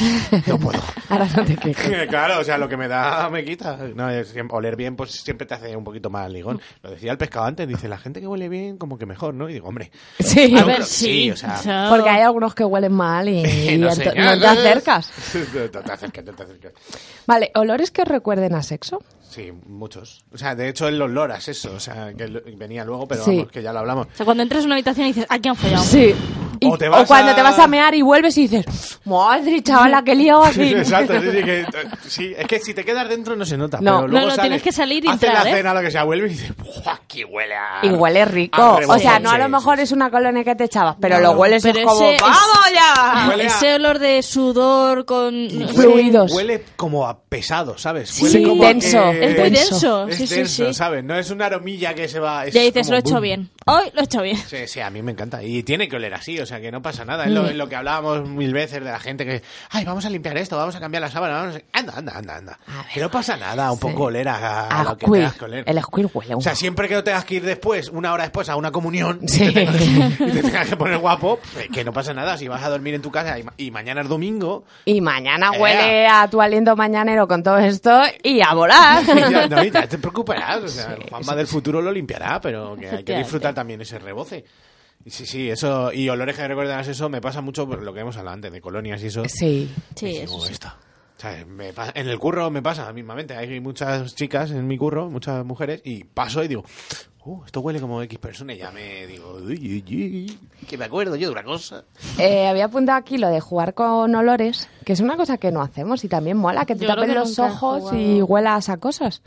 S3: no puedo.
S5: Ahora no te quejes.
S3: claro, o sea, lo que me da me quita. No, es siem- oler bien, pues siempre te hace un poquito más ligón. Lo decía el pescado antes, dice, la gente que huele bien, como que mejor, ¿no? Y digo, hombre.
S5: Sí,
S4: A
S3: no,
S4: ver,
S3: pero
S4: sí.
S3: sí, o sea,
S5: porque hay algunos que huelen mal y, y
S3: no
S5: ento-
S3: sé,
S5: no te
S3: ¿sabes?
S5: acercas.
S3: No te acercas, no te acercas.
S5: Vale, olores que os recuerden a sexo.
S3: Sí, muchos. O sea, de hecho, en los loras, eso. O sea, que lo- venía luego, pero
S5: Sí.
S3: vamos, que ya lo hablamos.
S4: O sea, cuando entras a una habitación y dices, aquí han fallado.
S5: Sí. Y-
S3: O te vas
S5: cuando
S3: a-
S5: te vas a mear y vuelves y dices, madre chavala, qué lío
S3: Sí,
S5: aquí.
S3: sí, exacto, sí, sí, que, eh, sí, es que si te quedas dentro no se nota.
S5: No.
S3: pero luego
S4: No, no,
S3: sales,
S4: tienes que salir y
S3: haces
S4: entrar,
S3: la
S4: ¿eh?
S3: cena, lo que sea, vuelves y dices, "Buah, aquí huele a...
S5: Y huele
S3: a
S5: rico. O
S3: rebozo".
S5: sea, no a lo
S3: Sí,
S5: mejor
S3: sí,
S5: es una colonia que te echabas, pero lo hueles y
S4: Pero
S5: es como,
S4: ese- Ah,
S5: ¡vamos ya!
S3: Huele a-
S4: Ese olor de sudor con.
S3: sí. Y
S5: Fluidos.
S3: Huele como a pesado, ¿sabes?
S5: Sí,
S3: Huele como a
S5: denso,
S3: que-
S5: es muy
S4: denso,
S3: Es
S4: sí, sí,
S3: denso,
S4: sí.
S3: ¿sabes? No es una aromilla que se va... es
S4: Ya dices,
S3: como
S4: lo he hecho
S3: boom.
S4: bien. Hoy lo he hecho bien.
S3: Sí, sí, a mí me encanta. Y tiene que oler así, o sea, que no pasa nada. Es
S5: Mm.
S3: lo, es lo que hablábamos mil veces de la gente que, ay, vamos a limpiar esto, vamos a cambiar la sábana, vamos a... Anda, anda, anda, anda.
S5: A ver,
S3: Que no pasa nada, un
S5: sí.
S3: poco oler a, a
S5: A
S3: lo que tengas
S5: squirt.
S3: que oler.
S5: El squirt huele a
S3: O
S5: un-
S3: sea, siempre que no tengas que ir después, una hora después, a una comunión,
S5: Sí.
S3: y te tengas que- y te tengas que poner guapo, eh, que no pasa nada. Si vas a dormir en tu casa y, ma- y mañana es domingo,
S5: Y mañana
S3: Eh.
S5: huele a tu aliento mañanero con todo esto y a volar.
S3: pues ya, no, ya te preocuparás. O sea, el Juanma del futuro lo limpiará, pero que hay que
S4: Efectivamente.
S3: disfrutar también ese reboce. Y Sí, sí, eso. Y olores que recuerdas eso me pasa mucho por lo que hemos hablado antes de colonias y eso.
S5: Sí.
S4: Sí,
S3: Y
S4: eso
S3: digo,
S4: sí.
S3: "Oh, "Esta". O sea, me pa- en el curro me pasa mismamente. Hay muchas chicas en mi curro, muchas mujeres, y paso y digo, "Uh, esto huele como X persona. Y ya me digo, "Uy, uy, uy, que me acuerdo yo de una cosa.
S5: Eh, había apuntado aquí lo de jugar con olores, que es una cosa que no hacemos y también mola, que te
S4: Yo creo
S5: tapes
S4: que
S5: los
S4: nunca he
S5: ojos
S4: jugado.
S5: y huelas a cosas.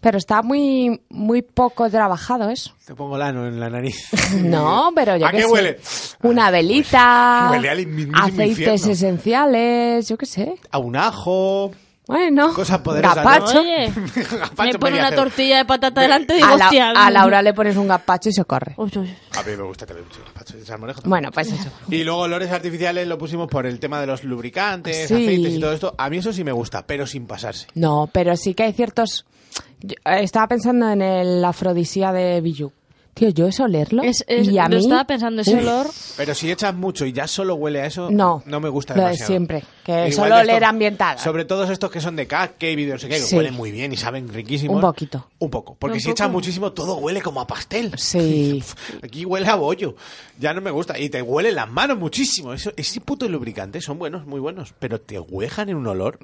S5: Pero está muy, muy poco trabajado eso.
S3: Te pongo lano en la nariz.
S5: No, pero yo
S3: Mm. ¿A
S5: qué
S3: qué
S5: sé.
S3: huele? Ah, pues,
S5: Una velita,
S3: Huele al mismísimo
S5: aceites
S3: infierno.
S5: esenciales, yo qué sé.
S3: A un ajo,
S5: Bueno,
S3: Cosa poderosa, ¿no?
S5: gazpacho.
S4: Oye,
S3: Gazpacho
S4: me pone
S3: podría
S4: una
S3: hacer.
S4: tortilla de patata delante y digo,
S5: A, la-
S4: hostia. mm".
S5: a Laura le pones un gazpacho y se corre.
S4: Uy, uy.
S3: A mí me gusta también mucho el gazpacho de salmorejo. también.
S5: Bueno, pues eso.
S3: Y luego olores artificiales lo pusimos por el tema de los lubricantes,
S5: Sí.
S3: aceites y todo esto. A mí eso sí me gusta, pero sin pasarse.
S5: No, pero sí que hay ciertos... yo, eh, estaba pensando en el afrodisía de Bijou. Tío, yo eso olerlo
S4: Es- es-
S5: y a
S4: lo
S5: mí...
S4: estaba pensando, ese
S5: Uf,
S4: olor.
S3: Pero si echas mucho y ya solo huele a eso,
S5: No,
S3: no me gusta
S5: lo de
S3: demasiado.
S5: siempre, que
S3: Igual
S5: solo
S3: de
S5: oler ambiental.
S3: Sobre todo estos que son de cake y no sé qué, que
S5: Sí.
S3: huelen muy bien y saben riquísimos.
S5: Un poquito.
S3: Un poco. Porque
S4: Un
S3: si echas
S4: poco.
S3: muchísimo, todo huele como a pastel.
S5: Sí.
S3: Aquí huele a bollo. Ya no me gusta. Y te huelen las manos muchísimo. Eso, ese puto lubricante son buenos, muy buenos. Pero te huejan en un olor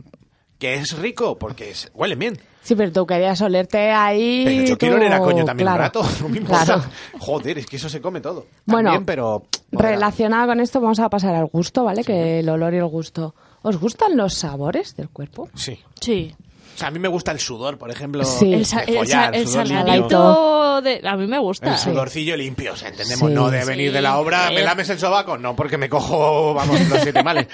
S3: que es rico porque es- huelen bien.
S5: Sí, pero tú querías olerte ahí...
S3: Pero yo
S5: tú-
S3: quiero oler a coño también
S5: claro,
S3: un rato. No me importa.
S5: claro.
S3: Joder, es que eso se come todo.
S5: Bueno,
S3: También, pero.
S5: relacionado con esto vamos a pasar al gusto, ¿vale? Que el olor y el gusto. ¿Os gustan los sabores del cuerpo?
S3: Sí.
S4: Sí.
S3: O sea, a mí me gusta el sudor, por ejemplo.
S5: Sí.
S3: de
S4: El, sa- el, sa-
S3: follar,
S4: el
S3: sudor limpio.
S4: saladito de... A mí me gusta.
S3: El sudorcillo limpio, o sea, entendemos,
S5: Sí.
S3: no de venir de la obra,
S4: Sí.
S3: me lames el sobaco, no porque me cojo, vamos, los siete males,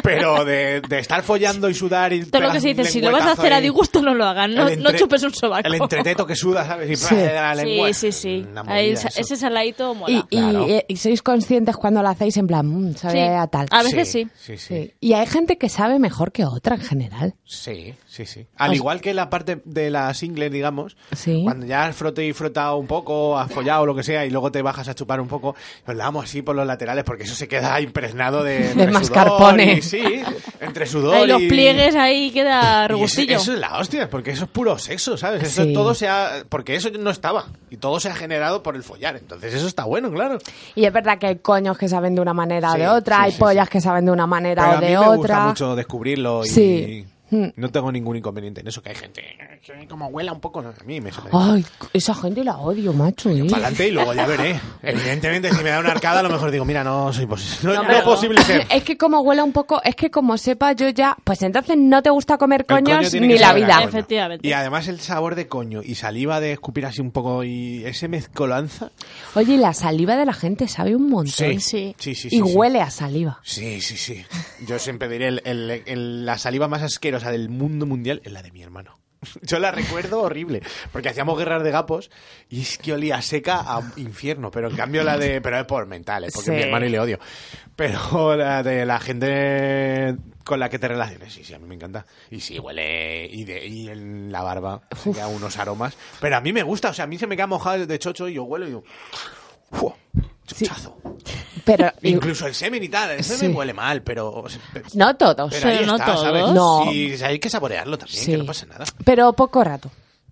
S3: pero de, de estar follando y sudar y...
S4: Todo lo que se dice, si lo vas a hacer a disgusto, no lo hagas, no, no chupes un sobaco.
S3: El entreteto que suda, ¿sabes? Y
S5: Sí.
S3: la lengua.
S4: Sí, sí, sí.
S3: Una movida,
S4: Ahí,
S3: eso.
S4: ese saladito mola.
S5: Y, y-
S3: Claro.
S5: y sois conscientes cuando lo hacéis en plan, "Mm, sabe
S4: Sí.
S5: a tal.
S4: A veces sí.
S3: Sí, sí.
S5: Sí. Y hay gente que sabe mejor que otra en general.
S3: Sí, sí, sí. Al igual que la parte de la single, digamos,
S5: Sí.
S3: cuando ya has frotado y frotado un poco, has follado o lo que sea, y luego te bajas a chupar un poco, nos la damos así por los laterales porque eso se queda impregnado de, entre
S5: mascarpone.
S3: sudor y- sí, entre sudor
S4: Ahí los
S3: y-
S4: pliegues ahí queda
S3: y eso,
S4: regustillo.
S3: eso es la hostia, porque eso es puro sexo, ¿sabes? Eso
S5: Sí.
S3: todo se ha, porque eso no estaba y todo se ha generado por el follar, entonces eso está bueno, claro.
S5: Y es verdad que hay coños que saben de una manera o
S3: Sí,
S5: de otra,
S3: sí,
S5: hay
S3: sí,
S5: pollas que saben de una manera
S3: Pero
S5: o
S3: a
S5: de
S3: mí me
S5: otra.
S3: gusta mucho descubrirlo y
S5: Sí. Hmm.
S3: no tengo ningún inconveniente en eso, que hay gente que como huela un poco, a mí me sorprende.
S5: Ay, esa gente la odio, macho. ¿eh?
S3: Pa'lante y luego ya veré. Evidentemente, si me da una arcada, a lo mejor digo, mira, no soy posi- No, no
S5: pero-
S3: posible ser.
S5: Es que como huela un poco, es que como sepa yo ya, pues entonces no te gusta comer
S3: El coño
S5: coños
S3: tiene
S5: ni
S3: que
S5: la
S3: saber a
S5: vida.
S3: coño.
S4: Efectivamente.
S3: Y además el sabor de coño y saliva de escupir así un poco y ese mezcolanza.
S5: Oye, y la saliva de la gente sabe un montón.
S4: sí.
S3: Sí, sí, sí.
S5: y
S3: sí.
S5: huele a saliva.
S3: Sí, sí, sí. Yo siempre diré, el- el- el- la saliva más asquerosa del mundo mundial es la de mi hermano. Yo la recuerdo horrible, porque hacíamos guerras de gapos y es que olía seca a infierno, pero en cambio la de... Pero es por mentales, porque
S5: Sí.
S3: mi hermano y le odio. Pero la de la gente con la que te relaciones, sí, sí, a mí me encanta. Y sí, huele... Y, de, y en la barba se quedan unos aromas. Pero a mí me gusta, o sea, a mí se me queda mojado de chocho y yo huelo y digo... "Fua, chochazo".
S5: Pero
S3: Incluso el semen y tal. El semen
S5: Sí.
S3: huele mal, pero.
S5: no todos.
S3: Pero
S4: Pero
S3: ahí
S4: no
S3: está, ¿sabes?
S4: todos.
S5: No.
S3: Y hay que saborearlo también,
S5: Sí.
S3: que no pasa nada.
S5: Pero poco rato.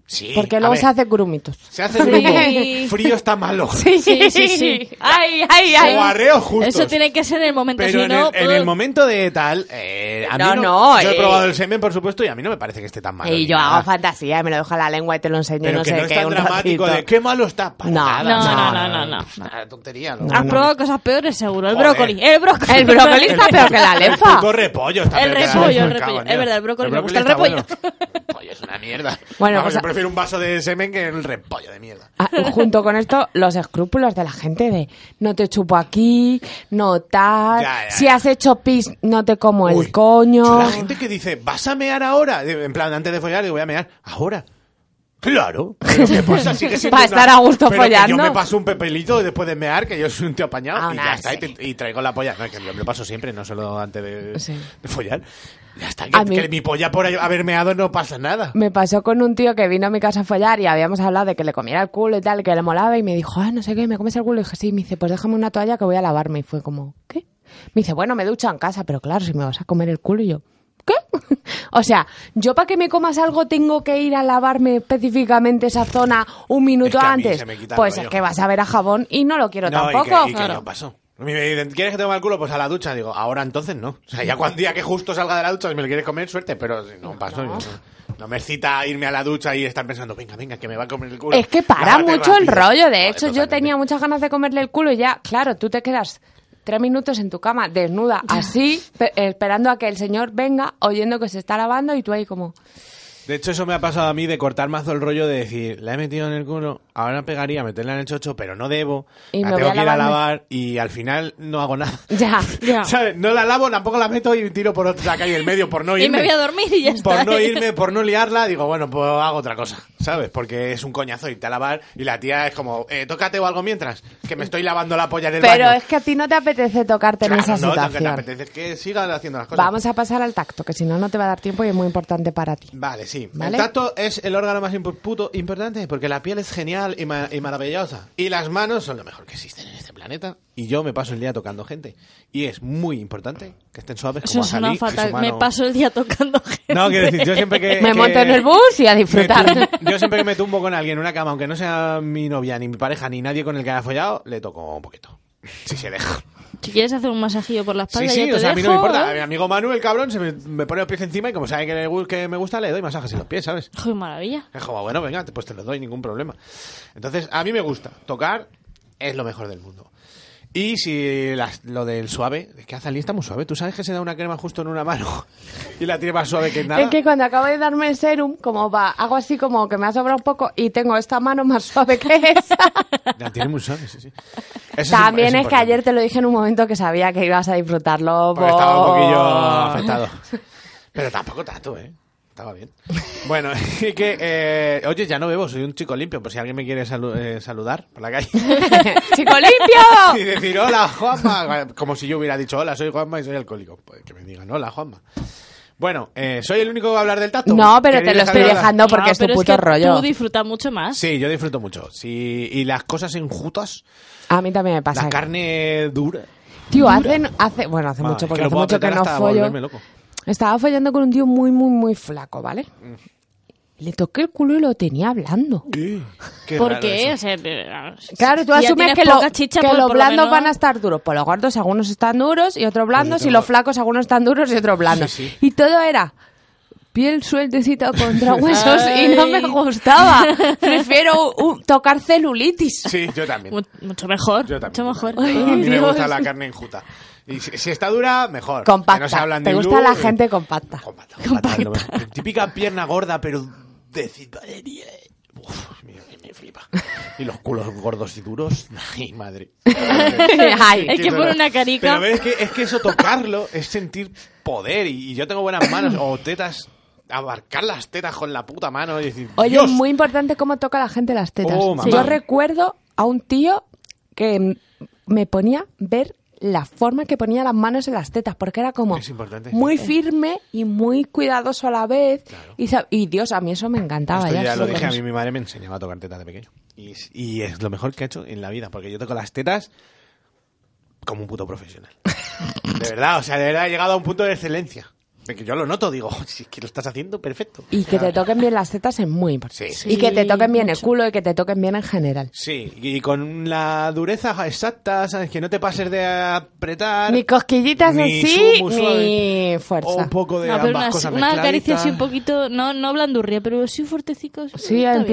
S3: Sí.
S5: Porque
S3: Eh, a
S5: luego
S3: ver,
S5: se hace grumitos.
S3: Se hace el
S4: Sí.
S3: grupo. Frío está malo.
S4: Sí, sí, sí.
S5: Ay, ay, ay.
S3: O arreos justos.
S4: Eso tiene que ser en el momento,
S3: Pero
S4: si
S3: en, el,
S4: no...
S3: en el
S4: uh.
S3: momento de tal. eh, a mí
S5: No,
S3: no,
S5: no,
S3: Yo
S5: eh.
S3: he probado el semen, por supuesto, y a mí no me parece que esté tan malo.
S5: Y
S3: ni
S5: yo
S3: nada.
S5: hago fantasía, me lo dejo en la lengua y te lo enseño,
S3: Pero
S5: no
S3: que
S5: sé
S3: no es
S5: qué,
S3: tan
S5: un
S3: dramático
S5: ratito.
S3: de qué malo está. para
S5: No,
S3: nada,
S4: no,
S3: o sea,
S4: no, no, no, no.
S3: es una tontería. lo-
S4: Has probado cosas peores, seguro. El brócoli. El brócoli.
S5: El brócoli está peor que la
S3: El
S5: lefa.
S3: puto repollo está
S4: El
S3: peor que la
S4: repollo,
S3: lefa,
S4: el
S3: me
S4: repollo.
S3: cago en
S4: Es
S3: Dios.
S4: verdad, el brócoli me gusta, el
S3: brócoli
S4: repollo.
S3: está bueno. El repollo es una mierda.
S5: Bueno,
S3: Bueno,
S5: pues a-
S3: yo prefiero un vaso de semen que el repollo de mierda.
S5: Ah, y junto con esto, los escrúpulos de la gente de no te chupo aquí, no tal,
S3: Ya, ya,
S5: si
S3: ya.
S5: has hecho pis, no te como
S3: Uy,
S5: el coño.
S3: La gente que dice, ¿vas a mear ahora? De- En plan, antes de follar, digo, voy a mear ahora. Claro. Pero ¿qué pasa? Sigue siendo
S5: Pa'
S3: una-
S5: estar a gusto
S3: pero que
S5: follando.
S3: yo me paso un pepelito después de mear, que yo soy un tío apañado,
S5: Aún
S3: y ya está. Y,
S5: así.
S3: te- y traigo la polla. No, que yo me lo paso siempre, no solo antes de,
S5: Sí.
S3: de follar. Ya está,
S5: A
S3: que,
S5: mí-
S3: que mi polla por haber meado no pasa nada.
S5: Me pasó con un tío que vino a mi casa a follar y habíamos hablado de que le comiera el culo y tal, que le molaba y me dijo, ah, no sé qué, me comes el culo. Y dije, sí, me dice, pues déjame una toalla que voy a lavarme. Y fue como, ¿qué? Me dice, bueno, me ducho en casa, pero claro, si me vas a comer el culo. Y yo, ¿qué? o sea, yo para que me comas algo tengo que ir a lavarme específicamente esa zona un minuto
S3: Es que a mí
S5: antes.
S3: se me quita el
S5: Pues es
S3: rollo.
S5: que vas a ver a jabón y no lo quiero
S3: No, y que-
S5: tampoco.
S3: y que
S5: Claro.
S3: yo paso. A mí me dicen, ¿quieres que te coma el culo? Pues a la ducha. Digo, ahora entonces no. O sea, ya cuando día que justo salga de la ducha, si me lo quieres comer, suerte. Pero si no paso. yo No, no me excita irme a la ducha y estar pensando, venga, venga, que me va a comer el culo.
S5: Es que para
S3: Lávate
S5: mucho el
S3: rápido.
S5: rollo. De
S3: Joder,
S5: hecho, yo
S3: totalmente.
S5: tenía muchas ganas de comerle el culo y ya, claro, tú te quedas tres minutos en tu cama, desnuda, así, pe- esperando a que el señor venga, oyendo que se está lavando y tú ahí como...
S3: De hecho, eso me ha pasado a mí de cortar mazo el rollo de decir, la he metido en el culo, ahora pegaría meterla en el chocho, pero no debo,
S5: Y
S3: la
S5: me
S3: tengo
S5: voy a
S3: que ir a
S5: lavarme.
S3: lavar y al final no hago nada.
S5: Ya, ya.
S3: ¿Sabes? No la lavo, tampoco la meto y tiro por otra calle del medio por no
S4: Y
S3: irme.
S4: me voy a dormir y ya está.
S3: Por no irme, por no liarla, digo, bueno, pues hago otra cosa, ¿sabes? Porque es un coñazo irte a lavar y la tía es como, eh, tócate o algo mientras, que me estoy lavando la polla en el
S5: Pero
S3: baño.
S5: es que a ti no te apetece tocarte en
S3: Claro,
S5: esa
S3: no, no, que te
S5: situación.
S3: apetece, que sigan haciendo las cosas.
S5: Vamos a pasar al tacto, que si no, no te va a dar tiempo y es muy importante para ti.
S3: Vale, sí.
S5: ¿Vale?
S3: El tacto es el órgano más impu- puto importante porque la piel es genial y, ma- y maravillosa. Y las manos son lo mejor que existen en este planeta. Y yo me paso el día tocando gente. Y es muy importante que estén suaves
S4: Eso
S3: como
S4: suena
S3: Ajalí, que su
S4: fatal. Me
S3: mano-
S4: paso el día tocando gente.
S3: No, quiero decir, yo siempre que...
S5: Me
S3: que-
S5: monto en el bus y a disfrutar.
S3: me tum- Yo siempre que me tumbo con alguien en una cama, aunque no sea mi novia, ni mi pareja, ni nadie con el que haya follado, le toco un poquito. Si se deja.
S4: Si quieres hacer un masajillo por la
S3: Sí,
S4: espalda,
S3: sí,
S4: yo te
S3: o sea, a mí no
S4: dejo,
S3: me importa.
S4: ¿eh?
S3: A mi amigo Manu, el cabrón, se me, me pone los pies encima y como sabe que, le gu- que me gusta, le doy masajes en los pies, ¿sabes?
S4: Joder, maravilla.
S3: Es como, bueno, venga, pues te lo doy, ningún problema. Entonces, a mí me gusta. Tocar es lo mejor del mundo. Y si las- lo del suave, es que Azalí está muy suave. Tú sabes que se da una crema justo en una mano y la tiene más suave que nada.
S5: Es que cuando acabo de darme el serum, como va, hago así como que me ha sobrado un poco y tengo esta mano más suave que esa.
S3: La tiene muy suave, sí, sí. Eso es
S5: También
S3: imp-
S5: es, que
S3: importante.
S5: ayer te lo dije en un momento que sabía que ibas a disfrutarlo.
S3: Porque estaba un
S5: por-
S3: poquillo afectado. Pero tampoco tanto, ¿eh? Estaba bien. Bueno, y que... eh, oye, ya no bebo, soy un chico limpio. Por si alguien me quiere salu- eh, saludar por la calle.
S5: ¡Chico limpio!
S3: y decir hola Juanma, como si yo hubiera dicho hola, soy Juanma y soy alcohólico. Pues que me digan hola Juanma. Bueno, eh, soy el único que va a hablar del tacto.
S5: No, pero te
S3: ¿Queréis
S5: lo estoy
S3: dejar de hablar?
S5: dejando Ah, porque
S4: No,
S5: es tu
S4: Ah, pero
S5: puto
S4: que
S5: rollo.
S4: Tú disfrutas mucho más.
S3: Sí, yo disfruto mucho. Sí, y las cosas injustas,
S5: A mí también me pasa.
S3: la carne dura.
S5: Tío, hacen, hace, bueno, hace
S3: Madre,
S5: mucho,
S3: que
S5: porque
S3: lo
S5: hace
S3: puedo
S5: mucho que
S3: apretar
S5: no
S3: hasta
S5: follo.
S3: volverme loco.
S5: Estaba follando con un tío muy, muy, muy flaco, ¿vale? Le toqué el culo y lo tenía blando.
S3: Qué
S4: ¿Por
S3: raro
S4: qué? O
S3: eso.
S4: sea, eh,
S5: Claro, tú
S4: si ya
S5: asumes
S4: tienes
S5: que, lo-
S4: poca chicha,
S5: que
S4: pues,
S5: los
S4: por lo
S5: blandos
S4: menos-
S5: van a estar duros. Pues los gordos, algunos están duros y otros blandos,
S3: tengo-
S5: y los flacos, algunos están duros y otros blandos.
S3: Pues Sí, sí.
S5: Y todo era piel sueltecita contra huesos y no me
S4: Ay.
S5: gustaba. Prefiero un- tocar celulitis.
S3: Sí, yo también.
S4: Mu- Mucho mejor.
S3: Yo también.
S4: Mucho mejor.
S3: A mí me
S5: Dios.
S3: gusta la carne injuta. Y si, si está dura, mejor. Que no se
S5: Compacta.
S3: hablan
S5: Te
S3: de
S5: gusta
S3: luz eh.
S5: la
S3: y-
S5: gente compacta.
S3: Compacta, compacta, es lo mejor. Típica pierna gorda, pero de cinturería. Uf, mira, que me flipa. Y los culos gordos y duros. Ay, madre.
S5: Ay,
S4: Es que por
S3: horror.
S4: una carica.
S3: Pero ves que, es que eso tocarlo es sentir poder. Y, y yo tengo buenas manos o tetas. Abarcar las tetas con la puta mano y decir.
S5: Oye,
S3: "Dios".
S5: es muy importante cómo toca la gente las tetas.
S3: Oh, mamá.
S5: Yo recuerdo a un tío que mm, me ponía ver la forma que ponía las manos en las tetas, porque era como
S3: Es importante.
S5: muy firme y muy cuidadoso a la vez. Y, sa- y Dios, a mí eso me encantaba.
S3: Esto ya
S5: sí,
S3: lo
S5: con
S3: dije a mí,
S5: Ah, eso.
S3: mi madre me enseñaba a tocar tetas de pequeño. Y, es- y es lo mejor que ha hecho en la vida, porque yo toco las tetas como un puto profesional. De verdad, o sea, de verdad he llegado a un punto de excelencia. De que yo lo noto, digo, "Oh, si es que lo estás haciendo, perfecto.
S5: Y que te toquen bien las tetas es muy importante.
S3: Sí, sí.
S5: y que te toquen bien el
S4: mucho.
S5: culo y que te toquen bien en general.
S3: Sí, y con la dureza exacta, ¿sabes? Que no te pases de apretar.
S5: Ni cosquillitas
S3: Ni
S5: así,
S3: sumo suave.
S5: ni fuerza.
S3: O un poco de
S4: No,
S3: ambas
S4: pero una,
S3: cosas
S4: una caricia
S3: mezcladitas.
S4: así un poquito, no, no blandurria, pero sí fuertecico.
S5: Sí,
S4: está
S5: en
S4: bien.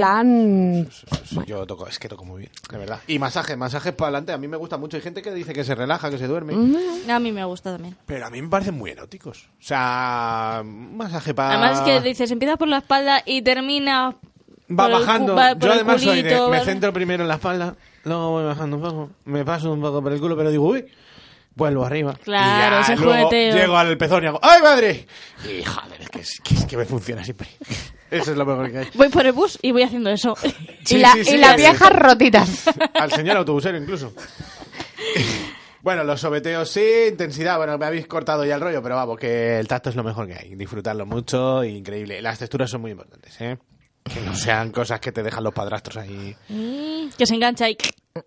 S5: plan...
S3: Yo toco, es que toco muy bien, de verdad. Y masajes, masajes para adelante. A mí me gusta mucho. Hay gente que dice que se relaja, que se duerme.
S4: A mí me gusta también.
S3: Pero a mí me parecen muy eróticos. O sea, un masaje para...
S4: Además es que dices, empieza por la espalda y termina...
S3: Va
S4: por el cu-
S3: bajando.
S4: va por
S3: Yo
S4: el
S3: además soy de-
S4: culito,
S3: Me
S4: va-
S3: centro primero en la espalda, luego voy bajando un poco, me paso un poco por el culo, pero digo, uy, vuelvo arriba.
S4: Claro,
S3: Y ya
S4: ese
S3: luego
S4: jugueteo.
S3: llego al pezón y hago, ¡ay, madre! Y joder, es que, es que, es que me funciona siempre. Eso es lo mejor que hay.
S4: Voy por el bus y voy haciendo eso.
S3: Sí,
S5: y la-
S3: sí, sí,
S5: y las
S3: sí.
S5: viejas rotitas.
S3: Al señor autobusero incluso. Bueno, los sobeteos sí, intensidad, bueno, me habéis cortado ya el rollo, pero vamos, que el tacto es lo mejor que hay. Disfrutarlo mucho, increíble. Las texturas son muy importantes, ¿eh? Que no sean cosas que te dejan los padrastros ahí.
S4: Mm, que se engancha y...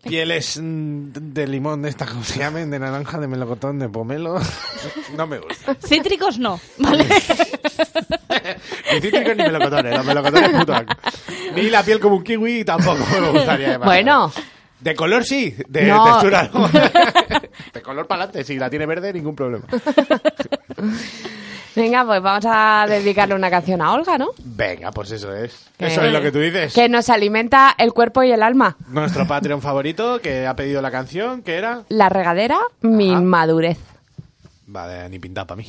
S3: Pieles mm, de limón de estas, como se llamen, de naranja, de melocotón, de pomelo. No me gusta.
S4: Cítricos no, ¿vale?
S3: Ni cítricos ni melocotones, los melocotones puto asco. Ni la piel como un kiwi tampoco me gustaría. además.
S5: Bueno.
S3: De color sí, de
S5: No.
S3: textura no. De color para adelante, si la tiene verde, ningún problema.
S5: Venga, pues vamos a dedicarle una canción a Olga, ¿no?
S3: Venga, pues eso es.
S5: Que-
S3: Eso es lo que tú dices.
S5: Que nos alimenta el cuerpo y el alma.
S3: Nuestro Patreon favorito que ha pedido la canción, que era...
S5: La regadera, mi
S3: Ajá.
S5: madurez.
S3: Vale, ni pintada para mí.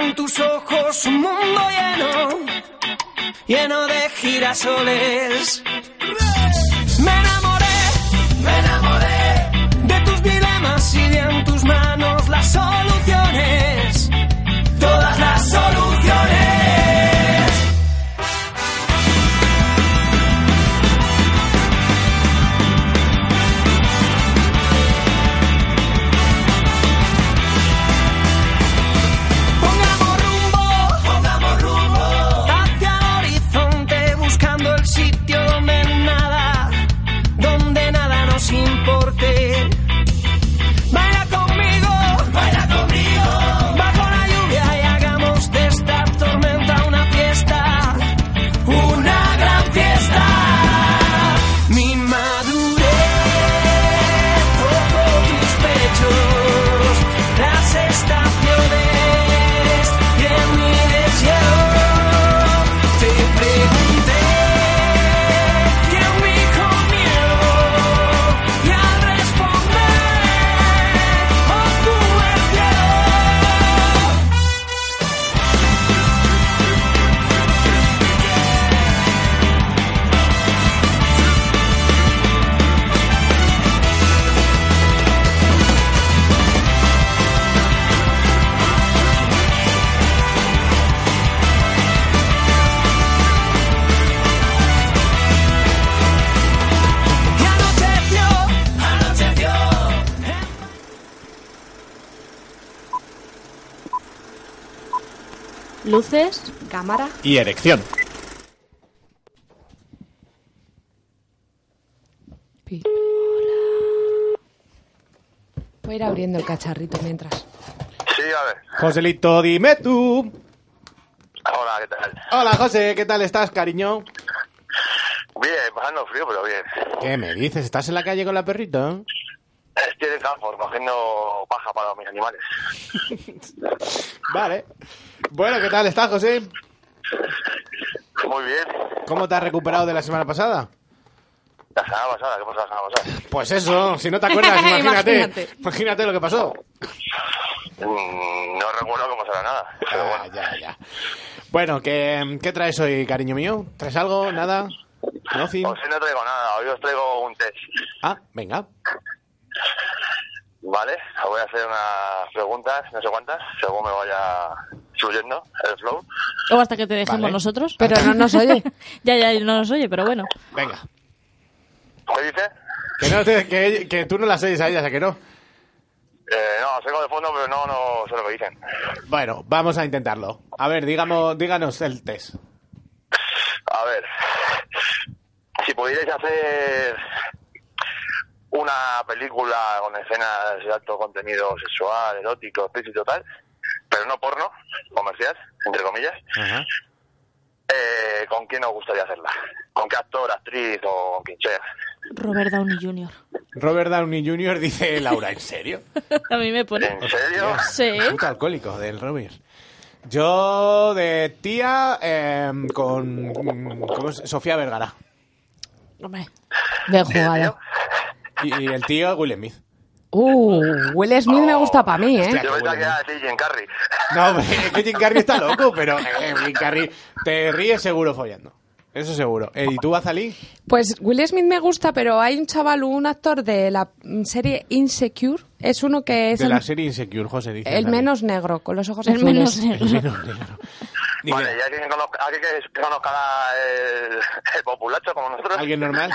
S8: en tus ojos un mundo lleno, lleno de girasoles. Me enamoré, me enamoré de tus dilemas y de en tus manos las soluciones, todas las soluciones. Pongamos rumbo, pongamos rumbo hacia el horizonte buscando el sitio donde nada, donde nada nos importe. Baila conmigo, baila conmigo bajo la lluvia y hagamos de esta tormenta una fiesta, una gran fiesta. Mi madurez tocó tus pechos, las estaciones y en mi deseo te pregunté quién dijo miedo y al responder obtuve el cielo. Y anocheció, anocheció.
S4: Luces,
S5: Cámara.
S3: Y erección.
S5: Pi. Voy a ir abriendo el cacharrito mientras.
S9: Sí, a ver.
S3: Joselito, dime tú.
S9: Hola, ¿qué tal?
S3: Hola, José, ¿qué tal estás, cariño?
S9: Bien, pasando frío, pero bien.
S3: ¿Qué me dices? ¿Estás en la calle con la perrita?
S9: Estoy en el campo cogiendo paja para mis animales.
S3: Vale. Bueno, ¿qué tal estás, José?
S9: Muy bien.
S3: ¿Cómo te has recuperado de la semana pasada?
S9: La semana pasada, ¿qué pasó la semana pasada?
S3: Pues eso, si no te acuerdas, imagínate. imagínate. lo que pasó.
S9: Mm, no recuerdo cómo será nada. Pero
S3: Ah,
S9: bueno,
S3: ya, ya. Bueno, ¿qué, ¿qué traes hoy, cariño mío? ¿Traes algo? ¿Nada? ¿Nothing?
S9: hoy no traigo nada, hoy os traigo un test.
S3: Ah, venga.
S9: ¿Vale? Os voy a hacer unas preguntas, no sé cuántas, según me vaya subiendo el flow.
S4: o hasta que te dejemos
S3: Vale.
S4: nosotros.
S5: Pero no nos oye.
S4: Ya, ya, no nos oye, pero bueno.
S3: Venga.
S9: ¿Me dice?
S3: Que, no te- que, que tú no las oyes a ellas, ¿a que no?
S9: Eh, no, os oigo de fondo, pero no, no sé lo que dicen.
S3: Bueno, vamos a intentarlo. A ver, digamos, díganos el test.
S9: A ver, si pudierais hacer una película con escenas de alto contenido sexual, erótico, explícito, tal, pero no porno, comercial, entre comillas,
S3: Ajá.
S9: eh, ¿con quién os gustaría hacerla? ¿Con qué actor, actriz o con quien sea?
S4: Robert Downey Jr.
S3: Robert Downey Jr. dice Laura, ¿en serio?
S4: A mí me pone.
S9: ¿En serio?
S4: Sí.
S3: Puto alcohólico del Robert. Yo de tía eh, con mm, ¿cómo es? Sofía Vergara.
S4: Hombre,
S5: Bien jugado.
S3: Y, y el tío Will Smith.
S5: Uh, Will Smith me gusta para mí, ¿eh?
S3: Hostia.
S9: Yo pensaba que era así Jim Carrey.
S3: No, hombre, es que Jim Carrey está loco, pero eh, Jim Carrey te ríes seguro follando. Eso seguro. Eh, ¿Y tú, Bazalí?
S5: Pues Will Smith me gusta, pero hay un chaval, un actor de la mm, serie Insecure. Es uno que es
S3: De
S5: el,
S3: la serie Insecure, José dice.
S5: el
S3: también.
S5: menos negro, con los ojos
S4: el menos
S5: azules.
S3: El
S4: negro.
S3: menos negro. Dime,
S9: Vale, ya que conozca, alguien que conozca el, el populacho como nosotros.
S3: ¿Alguien normal?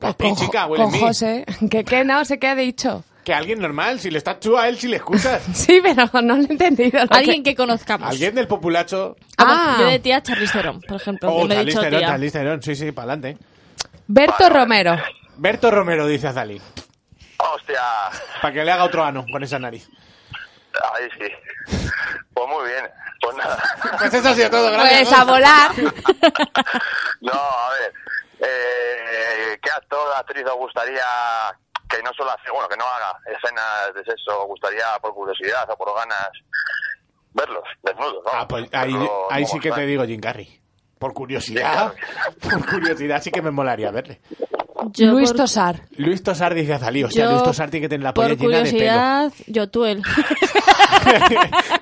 S5: Pues
S3: Papi,
S5: con,
S3: chica,
S5: Jo-
S3: Will
S5: con
S3: Smith.
S5: José. Que, que no sé qué ha dicho.
S3: Que alguien normal, si le estás tú a él, si le escuchas.
S5: Sí, pero no lo he entendido. lo que-
S4: Alguien que conozcamos.
S3: Alguien del populacho.
S5: Ah,
S4: Yo de tía Charlize Theron, por ejemplo. que
S3: Oh,
S4: me he dicho
S3: Talisterón,
S4: tía.
S3: Talisterón. Sí, sí, para adelante.
S5: Berto Romero.
S3: Berto Romero dice Azalí.
S9: ¡Hostia!
S3: Para que le haga otro ano con esa nariz.
S9: Ahí sí. Pues muy bien. Pues nada.
S3: Pues eso ha sido todo, gracias.
S5: Pues a volar.
S9: No, a ver. Eh, ¿Qué actor actriz os gustaría que no solo hace, bueno, que no haga escenas de sexo? ¿Os gustaría por curiosidad o por ganas verlos desnudos? ¿no?
S3: Ah, pues ahí,
S9: Verlo
S3: ahí
S9: como
S3: sí que
S9: están.
S3: te digo Jim Carrey. Por curiosidad, por curiosidad sí que me molaría verle.
S4: Yo
S5: Luis
S4: por-
S5: Tosar.
S3: Luis Tosar dice Azalí. O sea,
S4: yo
S3: Luis Tosar tiene que tener la polla
S4: Por
S3: llena de pelo.
S4: curiosidad, yo tú él.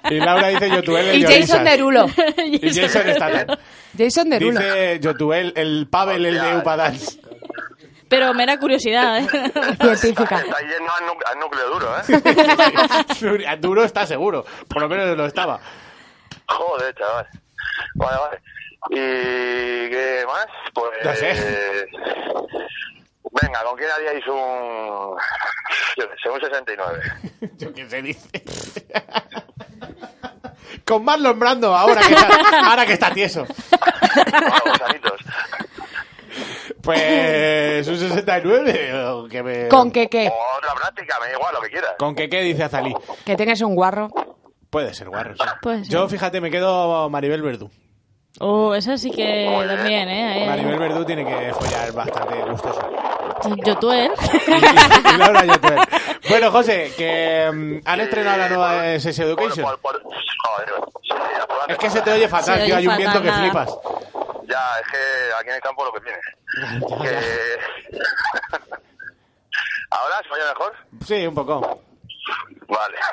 S3: y Laura dice Yotuel el
S10: Y Jason
S3: Yorisas.
S10: Derulo.
S3: Y Jason Statham.
S10: Jason Derulo.
S3: Dice Yotuel el Pavel, el de Upadans.
S4: Pero me da curiosidad, ¿eh?
S5: Científica.
S9: Está yendo al, nu- al núcleo duro, ¿eh?
S3: Duro está seguro. Por lo menos lo estaba.
S9: Joder, chaval. Vale, vale. ¿Y qué más? Pues...
S3: No sé.
S9: Venga, ¿con quién haríais un... Yo qué sé, un 69?
S3: Yo qué sé, dice. Con Marlon Brando, ahora que está, ahora que está tieso.
S9: Vamos, sanitos.
S3: Pues un 69. o Que me-
S5: ¿Con que qué?
S9: O otra práctica, me da igual, lo que quieras.
S3: ¿Con que qué dice Azalí?
S5: Que tengas un guarro.
S3: Puede ser guarro. sí.
S4: Puede ser.
S3: Yo, fíjate, me quedo Maribel Verdú.
S4: Oh, esa sí que también, ¿eh? Ahí, ahí.
S3: Maribel Verdú tiene que follar bastante gustoso.
S4: Yotuel.
S3: Y Laura Yotuel. Bueno, José, que mm, han estrenado la nueva eh, Sex Education.
S9: Por- por- por- joder, sí, apúrate.
S3: Es que se te oye fatal,
S4: Se oye
S3: tío. Hay un
S4: fatal,
S3: viento que
S4: nada.
S3: flipas.
S9: Ya, es que aquí en el campo lo que tiene. Que... ¿Ahora se oye mejor?
S3: Sí, un poco.
S9: Vale.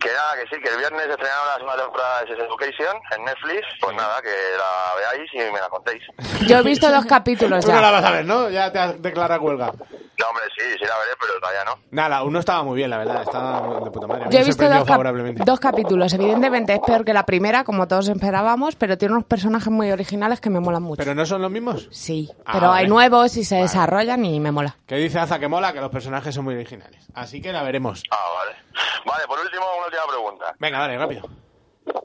S9: Que nada, que sí, que el viernes estrenaron la segunda temporada de Sex Education en Netflix. Pues nada, que la veáis y me la contéis.
S5: Yo he visto dos capítulos
S3: Tú no la
S5: ya.
S3: vas a ver, ¿no? Ya te has declarado huelga.
S9: No, hombre, sí, sí la veré, pero todavía no.
S3: Nada, uno estaba muy bien, la verdad. Estaba de puta madre. A mí
S5: Yo he
S3: me
S5: visto
S3: sorprendió
S5: dos, cap-
S3: favorablemente.
S5: dos capítulos. Evidentemente es peor que la primera, como todos esperábamos, pero tiene unos personajes muy originales que me molan mucho.
S3: ¿Pero no son los mismos?
S5: Sí,
S3: Ah,
S5: pero
S3: vale.
S5: hay nuevos y se desarrollan y me mola.
S3: Que dice Aza que mola, que los personajes son muy originales. Así que la veremos.
S9: Ah, vale. Vale, por último, una última pregunta.
S3: Venga, dale, rápido.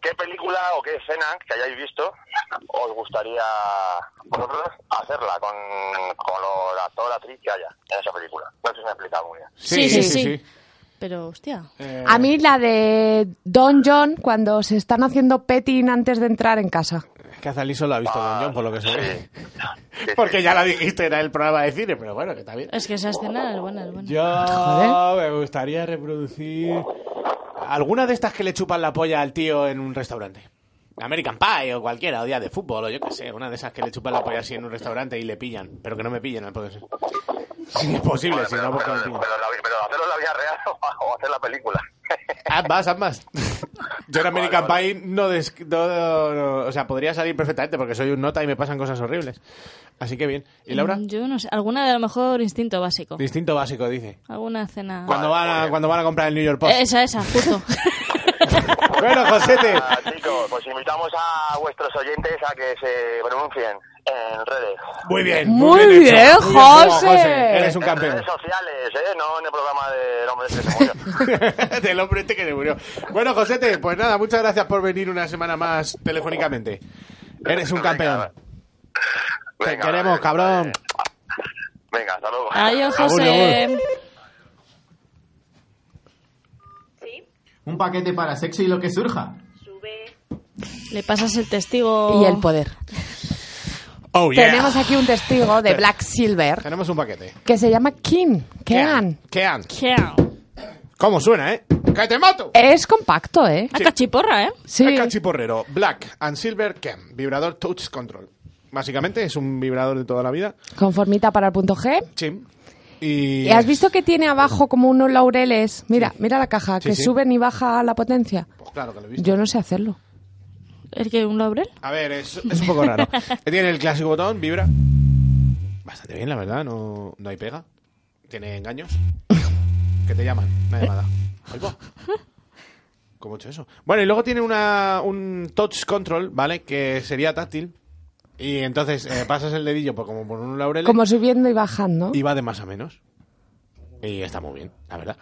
S9: ¿Qué película o qué escena que hayáis visto os gustaría vosotros hacerla con, con lo- la, toda la actriz que haya en esa película? No sé si me he explicado muy bien.
S4: Sí, sí, sí. Ah. Pero, hostia.
S3: Eh,
S5: A mí la de Don John cuando se están haciendo petting antes de entrar en casa.
S3: es que Azalí solo ha visto Don John, por lo que se ve.
S9: Sí, sí.
S3: Porque ya la dijiste, era el programa de cine, pero bueno, que está bien.
S4: Es que esa escena es buena, es buena.
S3: Yo me gustaría reproducir alguna de estas que le chupan la polla al tío en un restaurante. American Pie o cualquiera, o día de fútbol, o yo qué sé, una de esas que le chupan la polla así en un restaurante y le pillan, pero que no me pillen al poder ser. Si es posible,
S9: Vale,
S3: si no,
S9: pero,
S3: porque
S9: pero,
S3: no pillan.
S9: pero la vi- pero hacerlo en la vida real o hacer la película.
S3: Ambas, ambas. Yo en American
S9: Vale,
S3: Pie no, des- no- no- no- O sea, podría salir perfectamente porque soy un nota y me pasan cosas horribles. Así que bien. ¿Y Laura?
S4: Mm, Yo no sé. Alguna de a lo mejor instinto básico.
S3: Distinto básico, dice.
S4: Alguna escena.
S3: Cuando van, a, cuando van a comprar el New York Post.
S4: Eh, Esa, esa, justo.
S3: Bueno, Josete.
S9: Ah, chicos, pues invitamos a vuestros oyentes a que se pronuncien en redes.
S3: Muy bien.
S5: Muy
S3: hecho.
S5: bien,
S3: Muy jugado,
S5: José.
S3: Eres un
S9: en
S3: campeón.
S9: redes sociales, ¿eh? No en el programa del hombre este que se murió.
S3: Del hombre este que se murió. Bueno, Josete, pues nada, muchas gracias por venir una semana más telefónicamente. Eres un campeón. Te
S9: Venga,
S3: queremos,
S9: vale.
S3: cabrón.
S9: Venga, hasta luego.
S4: Adiós,
S3: Agur,
S4: José.
S11: Un paquete para sexo y lo que surja.
S4: Le pasas el testigo.
S5: Y el poder.
S3: Oh, yeah.
S5: Tenemos aquí un testigo de Black Silver
S3: Tenemos un paquete.
S5: que se llama Kim Kean.
S3: Kean.
S4: Chao.
S3: ¿Cómo suena, eh? ¡Que te mato!
S5: Es compacto, ¿eh?
S4: Ah, cachiporra, ¿eh?
S5: Sí.
S3: El cachiporrero Black and Silver Cam, vibrador touch control. Básicamente es un vibrador de toda la vida.
S5: Conformita para el punto G.
S3: Chim. Y,
S5: ¿Y has visto que tiene abajo como unos laureles? Mira, mira la caja,
S3: Sí,
S5: que
S3: sí.
S5: suben y baja la potencia.
S3: Pues claro que lo he visto.
S5: Yo no sé hacerlo.
S4: ¿El que un laurel?
S3: A ver, es, es un poco raro. Tiene el clásico botón, vibra. Bastante bien, la verdad, no, no hay pega. Tiene engaños. Que te llaman, una llamada. Ay, buah. ¿Cómo he hecho eso? Bueno, y luego tiene una, un touch control, ¿vale? Que sería táctil. Y entonces eh, pasas el dedillo por, como por un laurel.
S5: Como subiendo y bajando.
S3: Y va de más a menos. Y está muy bien, la verdad.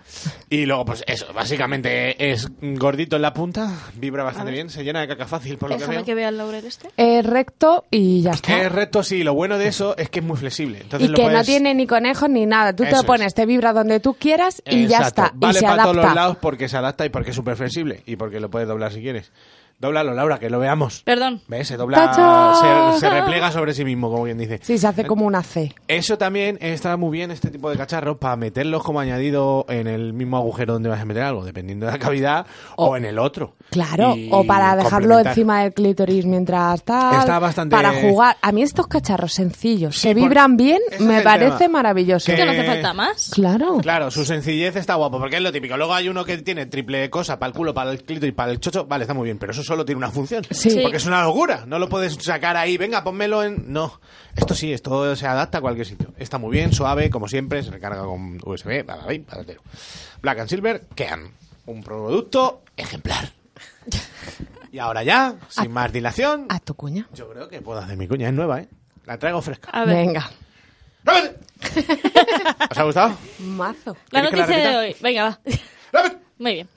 S3: Y luego, pues eso, básicamente es gordito en la punta, vibra bastante bien, se llena de caca fácil por lo que veo.
S4: Déjame que vea el laurel este.
S5: Eh, recto y ya está.
S3: Es recto, sí, lo bueno de eso es que es muy flexible. Entonces
S5: y
S3: lo
S5: que no
S3: puedes-
S5: tiene ni conejos ni nada. Tú
S3: Eso
S5: te pones,
S3: es.
S5: te vibra donde tú quieras y ya
S3: Exacto.
S5: está.
S3: Vale
S5: y se
S3: para
S5: adapta.
S3: todos los lados porque se adapta y porque es súper flexible y porque lo puedes doblar si quieres. Dóblalo, Laura, que lo veamos.
S4: Perdón.
S3: ¿Ves? Se dobla, se, se repliega sobre sí mismo, como bien dice.
S5: Sí, se hace como una C.
S3: Eso también está muy bien, este tipo de cacharros, para meterlos como añadido en el mismo agujero donde vas a meter algo, dependiendo de la cavidad, o,
S5: O-
S3: en el otro.
S5: Claro,
S3: Y
S5: o para dejarlo
S3: complementar.
S5: encima del clítoris mientras tal.
S3: Está bastante-
S5: Para jugar. A mí estos cacharros sencillos
S3: Sí,
S5: que
S3: por-
S5: vibran bien
S3: Ese es
S5: me
S3: el
S5: parece
S3: tema.
S5: maravilloso.
S3: Que-
S4: Que no hace falta más.
S5: Claro.
S3: Claro, su sencillez está guapo, porque es lo típico. Luego hay uno que tiene triple cosa para el culo, para el clito y para el chocho. Vale, está muy bien, pero eso solo tiene una función.
S5: Sí.
S4: Sí.
S3: Porque es una locura. No lo puedes sacar ahí, venga, ponmelo en. No. Esto sí, esto se adapta a cualquier sitio. Está muy bien, suave, como siempre, se recarga con USB, para ahí, para entero. Black and Silver, Kean. Un producto ejemplar. Y ahora ya, sin más dilación,
S5: A tu cuña.
S3: yo creo que puedo hacer mi cuña. Es nueva, ¿eh? La traigo fresca.
S4: A ver.
S5: Venga.
S3: ¡Rápido! ¿Os ha gustado?
S5: Mazo.
S4: La
S3: ¿Quieres que la
S4: noticia de
S3: repita?
S4: hoy. Venga, va.
S3: ¡Rápido!
S4: Muy bien.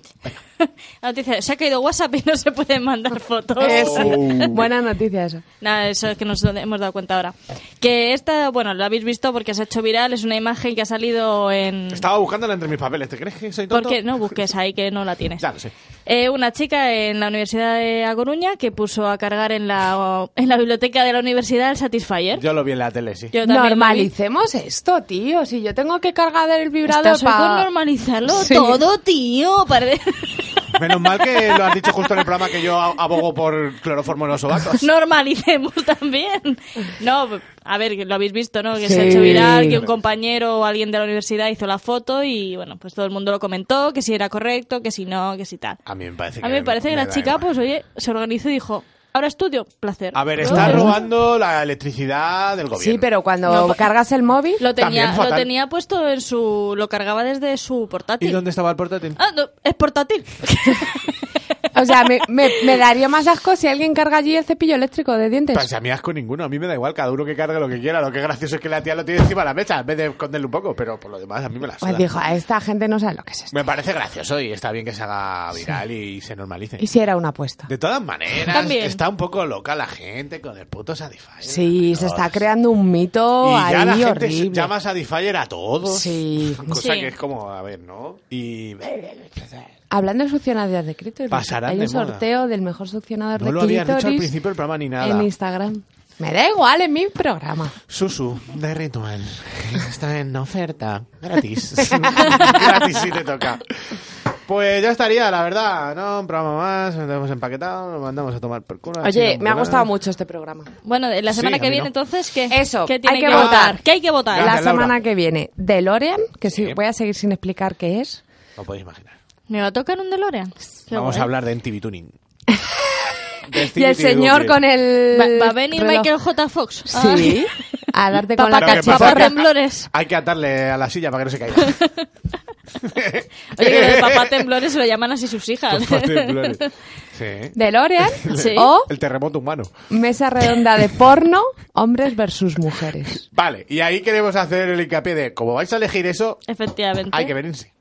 S4: La noticia de- Se ha caído WhatsApp y no se pueden mandar fotos.
S3: Oh.
S5: Buena noticia eso.
S4: Nada, eso es que nos hemos dado cuenta ahora. Que esta, bueno, lo habéis visto porque se ha hecho viral, es una imagen que ha salido en...
S3: Estaba buscándola entre mis papeles. ¿Te crees que soy tonto?
S4: Porque no busques ahí que no la tienes.
S3: Ya lo sé.
S4: Eh, una chica en la Universidad de A Coruña que puso a cargar en la, en la biblioteca de la universidad el Satisfyer.
S3: Yo lo vi en la tele, sí.
S4: Yo también lo vi.
S5: Normalicemos esto, tío. Si yo tengo que cargar el vibrador
S4: Estás hoy con
S5: para...
S4: normalizarlo
S5: Sí.
S4: todo, tío. pare-
S3: Menos mal que lo has dicho justo en el programa que yo a- abogo por cloroformo en los sobacos.
S4: Normalicemos también. No, a ver, que lo habéis visto, ¿no? Que se ha
S5: Sí.
S4: hecho viral, que un compañero o alguien de la universidad hizo la foto y, bueno, pues todo el mundo lo comentó, que si era correcto, que si no, que si tal.
S3: A mí me parece que...
S4: A mí me parece que la
S3: da
S4: chica,
S3: igual.
S4: pues, oye, se organizó y dijo, ahora estudio, placer.
S3: A ver,
S4: Luego
S3: está
S4: veremos.
S3: robando la electricidad del gobierno.
S5: Sí, pero cuando
S4: No, pa-
S5: cargas el móvil...
S4: Lo
S3: También
S4: tenía, lo
S3: fatal.
S4: tenía puesto en su. Lo cargaba desde su portátil.
S3: ¿Y dónde estaba el portátil?
S4: Ah, no, es portátil.
S5: O sea, me, me- me daría más asco si alguien carga allí el cepillo eléctrico de dientes.
S3: Pues a mí asco ninguno, a mí me da igual, cada uno que cargue lo que quiera. Lo que es gracioso es que la tía lo tiene encima de la mesa, en vez de esconderlo un poco, pero por lo demás a mí me la
S5: Pues
S3: suda.
S5: dijo, a esta gente no sabe lo que es esto.
S3: Me parece gracioso y está bien que se haga viral y se normalice.
S5: Y si era una apuesta.
S3: De todas maneras,
S4: También.
S3: está un poco loca la gente con el puto Satisfyer.
S5: Sí, se está
S3: Dios.
S5: creando un mito
S3: y
S5: ahí
S3: ya la gente
S5: horrible.
S3: llama pues. a Satisfyer a todos.
S5: Sí.
S3: Cosa
S4: Oh, Sí.
S3: que es como, a ver, ¿no? Y. eh,
S5: Hablando de succionadores de clítoris,
S3: Pasarán
S5: hay
S3: de
S5: un
S3: moda.
S5: sorteo del mejor succionador
S3: No
S5: de
S3: lo habías dicho al
S5: clítoris
S3: principio del programa ni nada.
S5: en Instagram. Me da igual, en mi programa.
S3: Susu, de Ritual. Está en oferta. Gratis. Gratis si te toca. Pues ya estaría, la verdad. ¿no? Un programa más, nos hemos empaquetado, nos mandamos a tomar por culo.
S5: Oye,
S3: así,
S5: me ha
S3: por
S5: gustado
S3: nada.
S5: mucho este programa.
S4: Bueno, de la
S3: Sí,
S4: semana
S3: a mí
S4: que viene,
S3: no.
S4: entonces, ¿qué?
S5: Eso,
S4: ¿Qué tiene
S5: hay
S4: que,
S5: que
S4: votar?
S5: votar.
S4: ¿Qué hay que votar?
S3: Gracias,
S5: la semana
S3: Laura.
S5: que viene, DeLorean, que sí,
S3: Sí.
S5: voy a seguir sin explicar qué es.
S3: No podéis imaginar.
S4: ¿Me va a tocar un DeLorean? Qué
S3: Vamos
S4: guay.
S3: a hablar de NTV Tuning.
S5: Y el señor con el...
S4: ¿Va,
S3: Eh,
S4: va a venir
S5: reloj.
S4: Michael J. Fox?
S5: Sí, a darte con
S4: Papá,
S5: la
S3: Lo
S4: papá
S3: que pasa es que-
S5: cachiporra.
S4: temblores.
S3: Hay que atarle a la silla para que no se caiga.
S4: Oye, que lo de papá temblores se lo llaman así sus hijas.
S3: Papá temblores. Sí.
S5: DeLorean
S4: Sí.
S5: o
S3: El terremoto humano.
S5: mesa redonda de porno, hombres versus mujeres.
S3: Vale, y ahí queremos hacer el hincapié de, como vais a elegir eso,
S4: Efectivamente.
S3: hay que venirse.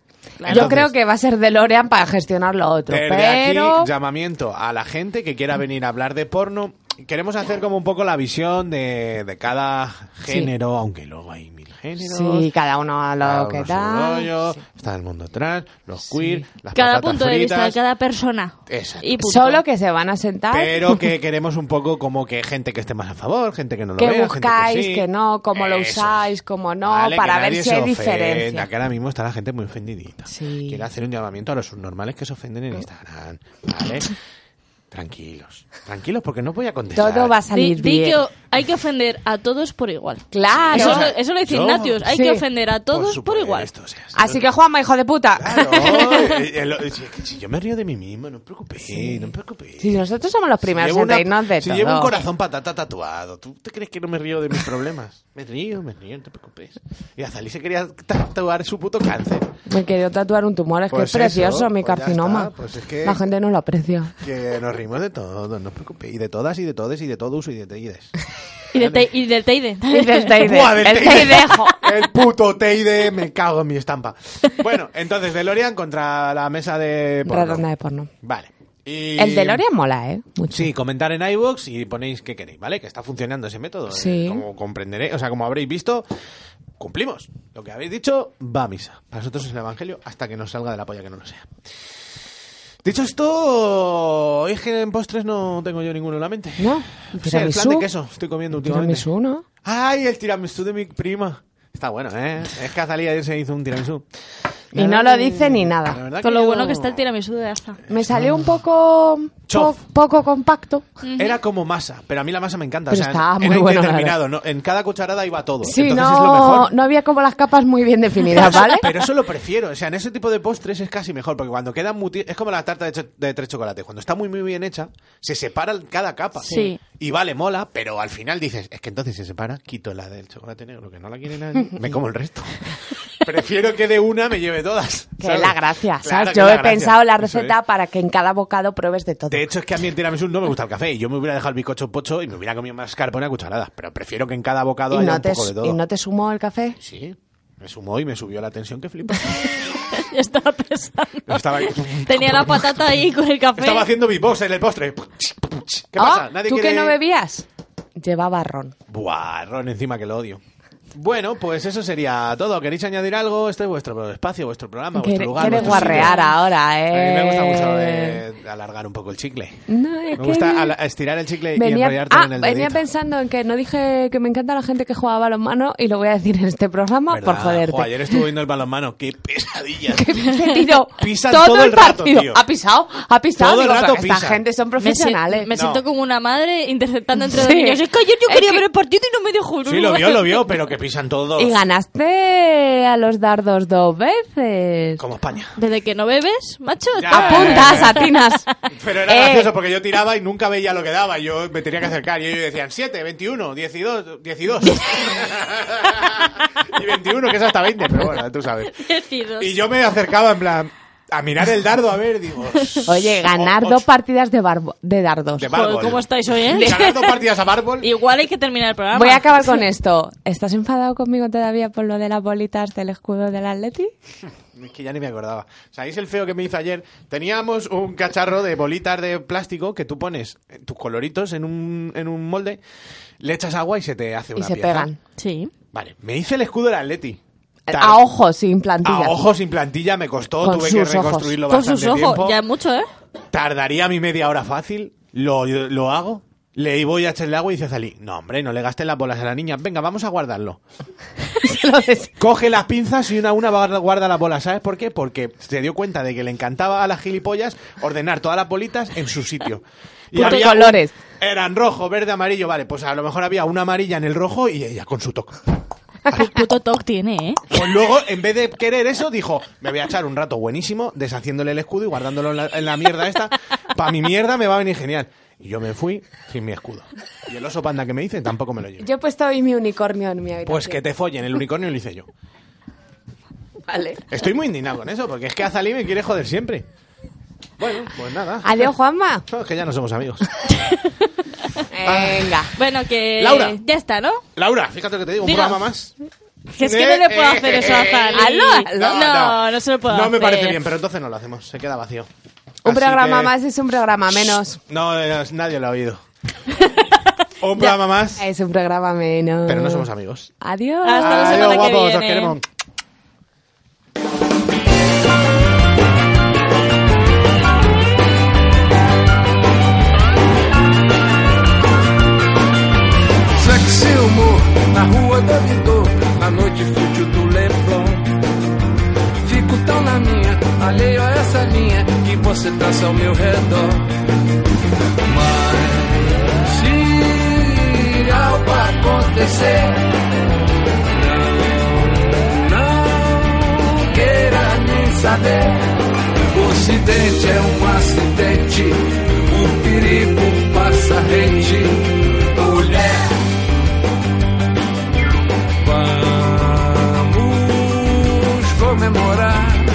S5: Yo creo que va a ser DeLorean para gestionar lo otro,
S3: Desde
S5: pero...
S3: aquí, llamamiento a la gente que quiera venir a hablar de porno. Queremos hacer como un poco la visión de, de cada género, aunque luego hay mil géneros.
S5: Sí, cada uno a lo
S3: cada
S5: que
S3: uno su
S5: da.
S3: rollo, Está el mundo trans, los queer, las
S4: Cada
S3: patatas
S4: punto de vista de
S3: fritas.
S4: cada persona.
S3: Exacto.
S4: Y punto.
S5: Solo que se van a sentar.
S3: Pero que queremos un poco como que gente que esté más a favor, gente que no lo
S5: ¿Qué
S3: vea,
S5: buscáis?
S3: gente que, sí.
S5: ¿Qué no? ¿Cómo lo
S3: Eso
S5: usáis?
S3: es.
S5: ¿Cómo no?
S3: Vale,
S5: Para
S3: que
S5: ver
S3: nadie
S5: si
S3: se
S5: hay
S3: ofenda,
S5: diferencia.
S3: Que ahora mismo está la gente muy ofendidita.
S5: Sí.
S3: Quiero hacer un llamamiento a los subnormales que se ofenden en Instagram, ¿vale? Tranquilos, tranquilos porque no voy a contestar.
S5: Todo va a
S4: Di,
S5: salir
S4: di
S5: bien.
S4: que o- hay que ofender a todos por igual.
S5: Claro.
S4: Eso,
S3: O sea,
S4: lo- eso lo dice
S3: yo-
S4: Ignatius. Hay
S5: Sí.
S4: que ofender a todos por,
S3: supuesto,
S4: igual.
S3: o sea, esto-
S5: Así que Juanma, hijo de puta.
S3: Claro, eh, eh, lo- si, si yo me río de mí mismo, no os preocupéis, no os preocupéis.
S5: Si nosotros somos los primeros
S3: llevo
S5: en
S3: una-
S5: reírnos de
S3: si
S5: todo.
S3: llevo un corazón patata tatuado, ¿tú te crees que no me río de mis problemas? Me río, me río, no te preocupes. Y Azalí se quería tatuar su puto cáncer.
S5: Me quería tatuar un tumor, es
S3: Pues
S5: que es precioso
S3: eso,
S5: mi
S3: pues ya
S5: carcinoma.
S3: está, pues es que-
S5: La gente no lo aprecia.
S3: Que nos rimos de todo, no os preocupéis. Y de todas, y de todes, y de todos, y de teides.
S4: Y, del te- y del Teide.
S5: Y del Teide.
S3: ¡Buah, del
S5: el
S3: Teide!
S5: Teide, jo.
S3: El puto Teide, me cago en mi estampa. Bueno, entonces, DeLorean contra la mesa de... porno.
S5: Redonda de porno.
S3: Vale. Y-
S5: El DeLorean mola, ¿eh? Mucho.
S3: Sí, comentar en iVoox y ponéis que queréis, ¿vale? Que está funcionando ese método. eh,
S5: Sí.
S3: Como comprenderé, o sea, como habréis visto, cumplimos. Lo que habéis dicho va a misa. Para nosotros es el evangelio hasta que nos salga de la polla que no lo sea. Dicho esto, es que en postres no tengo yo ninguno en la mente.
S5: ¿No?
S3: Sí, el plan
S5: Tiramisú.
S3: de queso estoy comiendo últimamente.
S5: Tiramisú, ¿no?
S3: ¡Ay, el tiramisú de mi prima! Está bueno, ¿eh? Es que Azalía ayer se hizo un tiramisú.
S5: Y no lo dice ni
S3: La
S5: nada.
S3: verdad
S4: Con lo
S3: yo
S4: bueno
S3: no-
S4: que está el tiramisú de Aza.
S5: Me salió un poco
S3: Chof.
S5: po- poco compacto.
S3: Era como masa, pero a mí la masa me encanta.
S5: Pero
S3: o sea,
S5: estaba muy
S3: era
S5: bueno, la
S3: indeterminado, ¿no? En cada cucharada iba todo.
S5: Sí,
S3: Entonces es lo
S5: no,
S3: mejor.
S5: no había como las capas muy bien definidas, ¿vale?
S3: Pero eso lo prefiero. O sea, en ese tipo de postres es casi mejor, porque cuando quedan muy... ti- Es como la tarta de, cho- de tres chocolates. Cuando está muy, muy bien hecha, se separa cada capa.
S4: Sí.
S3: Y vale, mola, pero al final dices, es que entonces se separa, quito la del chocolate negro, que no la quiere nadie, me como el resto. prefiero que de una me lleve todas.
S5: Que es
S3: ¿sabes?
S5: la gracia,
S3: Claro
S5: ¿sabes?
S3: que
S5: Yo
S3: es
S5: he
S3: la gracia.
S5: pensado la
S3: Eso es.
S5: receta para que en cada bocado pruebes de todo.
S3: De hecho, es que a mí en tiramisú no me gusta el café. Y yo me hubiera dejado el bizcocho pocho y me hubiera comido más carpona a cucharadas. Pero prefiero que en cada bocado
S5: y,
S3: haya
S5: no
S3: un
S5: te,
S3: poco de todo.
S5: y no te sumo el café.
S3: Sí, me sumó y me subió la tensión que flipa.
S4: Ya estaba pensando.
S3: Estaba,
S4: Tenía la patata ahí con el café.
S3: estaba haciendo beatbox en el postre. ¿Qué pasa?
S5: Ah,
S3: Nadie
S5: ¿Tú
S3: quiere- Ah,
S5: que no bebías? Llevaba ron.
S3: Buah, Ron, encima que lo odio. Bueno, pues eso sería todo. ¿Queréis añadir algo? Este es vuestro espacio, vuestro programa, vuestro
S5: Quiere,
S3: lugar.
S5: quiere
S3: vuestro sitio.
S5: guarrear ahora,
S3: pues A mí
S5: ¿eh?
S3: me gusta mucho eh, alargar un poco el chicle.
S5: No, es
S3: me
S5: que-
S3: gusta ala- estirar el chicle y
S5: Venía,
S3: enrollarte
S5: ah,
S3: en el
S5: venía
S3: dedito.
S5: pensando en que no dije que me encanta la gente que juega a balonmano y lo voy a decir en este programa
S3: ¿Verdad?
S5: por joderte.
S3: Jo, ayer estuve viendo el balonmano. ¡Qué pesadilla!
S5: Se tiró
S3: Pisan
S5: todo,
S3: todo
S5: el,
S3: el rato,
S5: partido.
S3: tío.
S5: Ha pisado, ha pisado.
S3: Todo el
S5: Digo,
S3: rato
S5: pero esta
S3: pisan.
S5: gente son
S4: Me, si-
S5: profesionales.
S4: me siento
S3: No.
S4: como una madre interceptando entre dos
S5: Sí.
S4: niños. Es que ayer yo
S5: Es
S4: quería
S5: que-
S4: ver el partido y no me dejó.
S3: Sí, lo vio, lo vio, pero que pisan todos.
S5: Y ganaste a los dardos dos veces.
S3: Como España.
S4: Desde que no bebes, macho.
S3: Ya,
S4: está-
S3: eh,
S5: Apuntas, atinas.
S3: Pero era
S5: Eh,
S3: gracioso porque yo tiraba y nunca veía lo que daba. Yo me tenía que acercar y ellos decían 7, 21, 12, 12. y 21, que es hasta 20, pero bueno, tú sabes.
S4: Decidos.
S3: Y yo me acercaba en plan a mirar el dardo, a ver, digo.
S5: Oye, ganar dos partidas de, barbo- de dardos.
S3: De
S4: Joder,
S3: bárbol.
S4: ¿Cómo estáis hoy, eh?
S3: Ganar dos partidas a bárbol.
S4: Igual hay que terminar el programa.
S5: Voy a acabar con esto. ¿Estás enfadado conmigo todavía por lo de las bolitas del escudo del Atleti?
S3: Es que ya ni me acordaba. ¿Sabéis el feo que me hizo ayer? Teníamos un cacharro de bolitas de plástico que tú pones tus coloritos en un, en un molde, le echas agua y se te hace
S5: Y
S3: una
S5: se
S3: pieza.
S5: pegan.
S4: Sí.
S3: Vale, me hice el escudo del Atleti. Tar-
S5: A ojos, sin plantilla.
S3: A ojos sin plantilla me costó,
S5: Con
S3: tuve que
S5: sus ojos.
S3: reconstruirlo
S4: Con
S3: bastante
S4: sus ojos.
S3: tiempo.
S4: Ya es mucho, ¿eh?
S3: Tardaría mi media hora fácil, lo, lo hago, le voy a echarle agua y dice Zalí, no hombre, no le gastes las bolas a la niña, venga, vamos a guardarlo.
S5: Se lo des-
S3: Coge las pinzas y una a una guarda- guarda las bolas, ¿sabes por qué? Porque se dio cuenta de que le encantaba a las gilipollas ordenar todas las bolitas en su sitio.
S5: Putos
S3: había
S5: colores.
S3: Eran rojo, verde, amarillo, vale, pues a lo mejor había una amarilla en el rojo y ella con su toque.
S4: Qué puto toc tiene, ¿eh?
S3: Pues luego, en vez de querer eso, dijo, me voy a echar un rato buenísimo deshaciéndole el escudo y guardándolo en la, en la mierda esta. Para mi mierda me va a venir genial. Y yo me fui sin mi escudo. Y el oso panda que me hice tampoco me lo llevé.
S5: Yo he puesto hoy mi unicornio en mi habitación.
S3: Pues que te follen, el unicornio lo hice yo.
S5: Vale.
S3: Estoy muy indignado con eso, porque es que Azalí me quiere joder siempre. Bueno, pues nada.
S5: Adiós, Juanma.
S3: No, es que ya no somos amigos.
S5: Venga.
S4: Bueno, que.
S3: Laura.
S4: Ya está, ¿no?
S3: Laura, fíjate lo que te digo, un
S4: Diga.
S3: programa más.
S4: Que es que
S3: Eh,
S4: no le puedo hacer eso a Zali.
S5: Hazlo, hazlo.
S4: No, no, se lo puedo
S3: No me
S4: hacer.
S3: parece bien, pero entonces no lo hacemos, se queda vacío.
S5: Un
S3: Así
S5: programa
S3: que-
S5: más es un programa menos.
S3: No, eh, nadie lo ha oído. un programa más.
S5: Es un programa menos.
S3: Pero no somos amigos.
S5: Adiós.
S4: Hasta la
S3: Adiós,
S4: semana que
S3: guapos, os
S4: viene.
S3: queremos.
S10: Sexy humor na rua do Vitor, na noite fútil do Leblon. Fico tão na minha, alheio a essa linha que você traça ao meu redor. Mas se algo acontecer, não, não queira nem saber. O acidente é um acidente, o perigo passa rente. Mulher, vamos comemorar.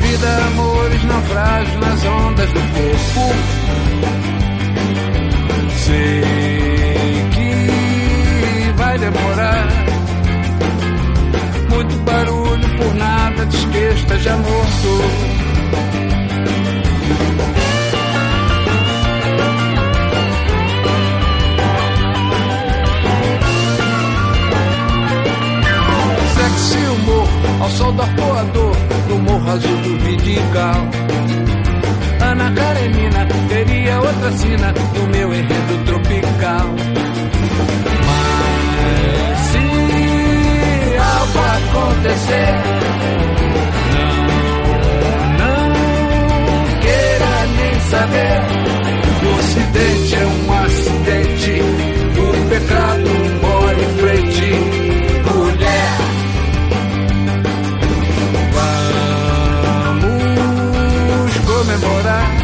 S10: Vida, amores, naufrágios nas ondas do corpo. Sei que vai demorar. Muito barulho por nada, diz que esteja morto. Sexy humor, ao sol do arpoador, no morro mas eu duvido igual. Ana Karenina teria outra sina do meu enredo tropical. Mas se algo acontecer, não, não queira nem saber. O ocidente é um acidente, o pecado mora em frente, mulher. Vamos comemorar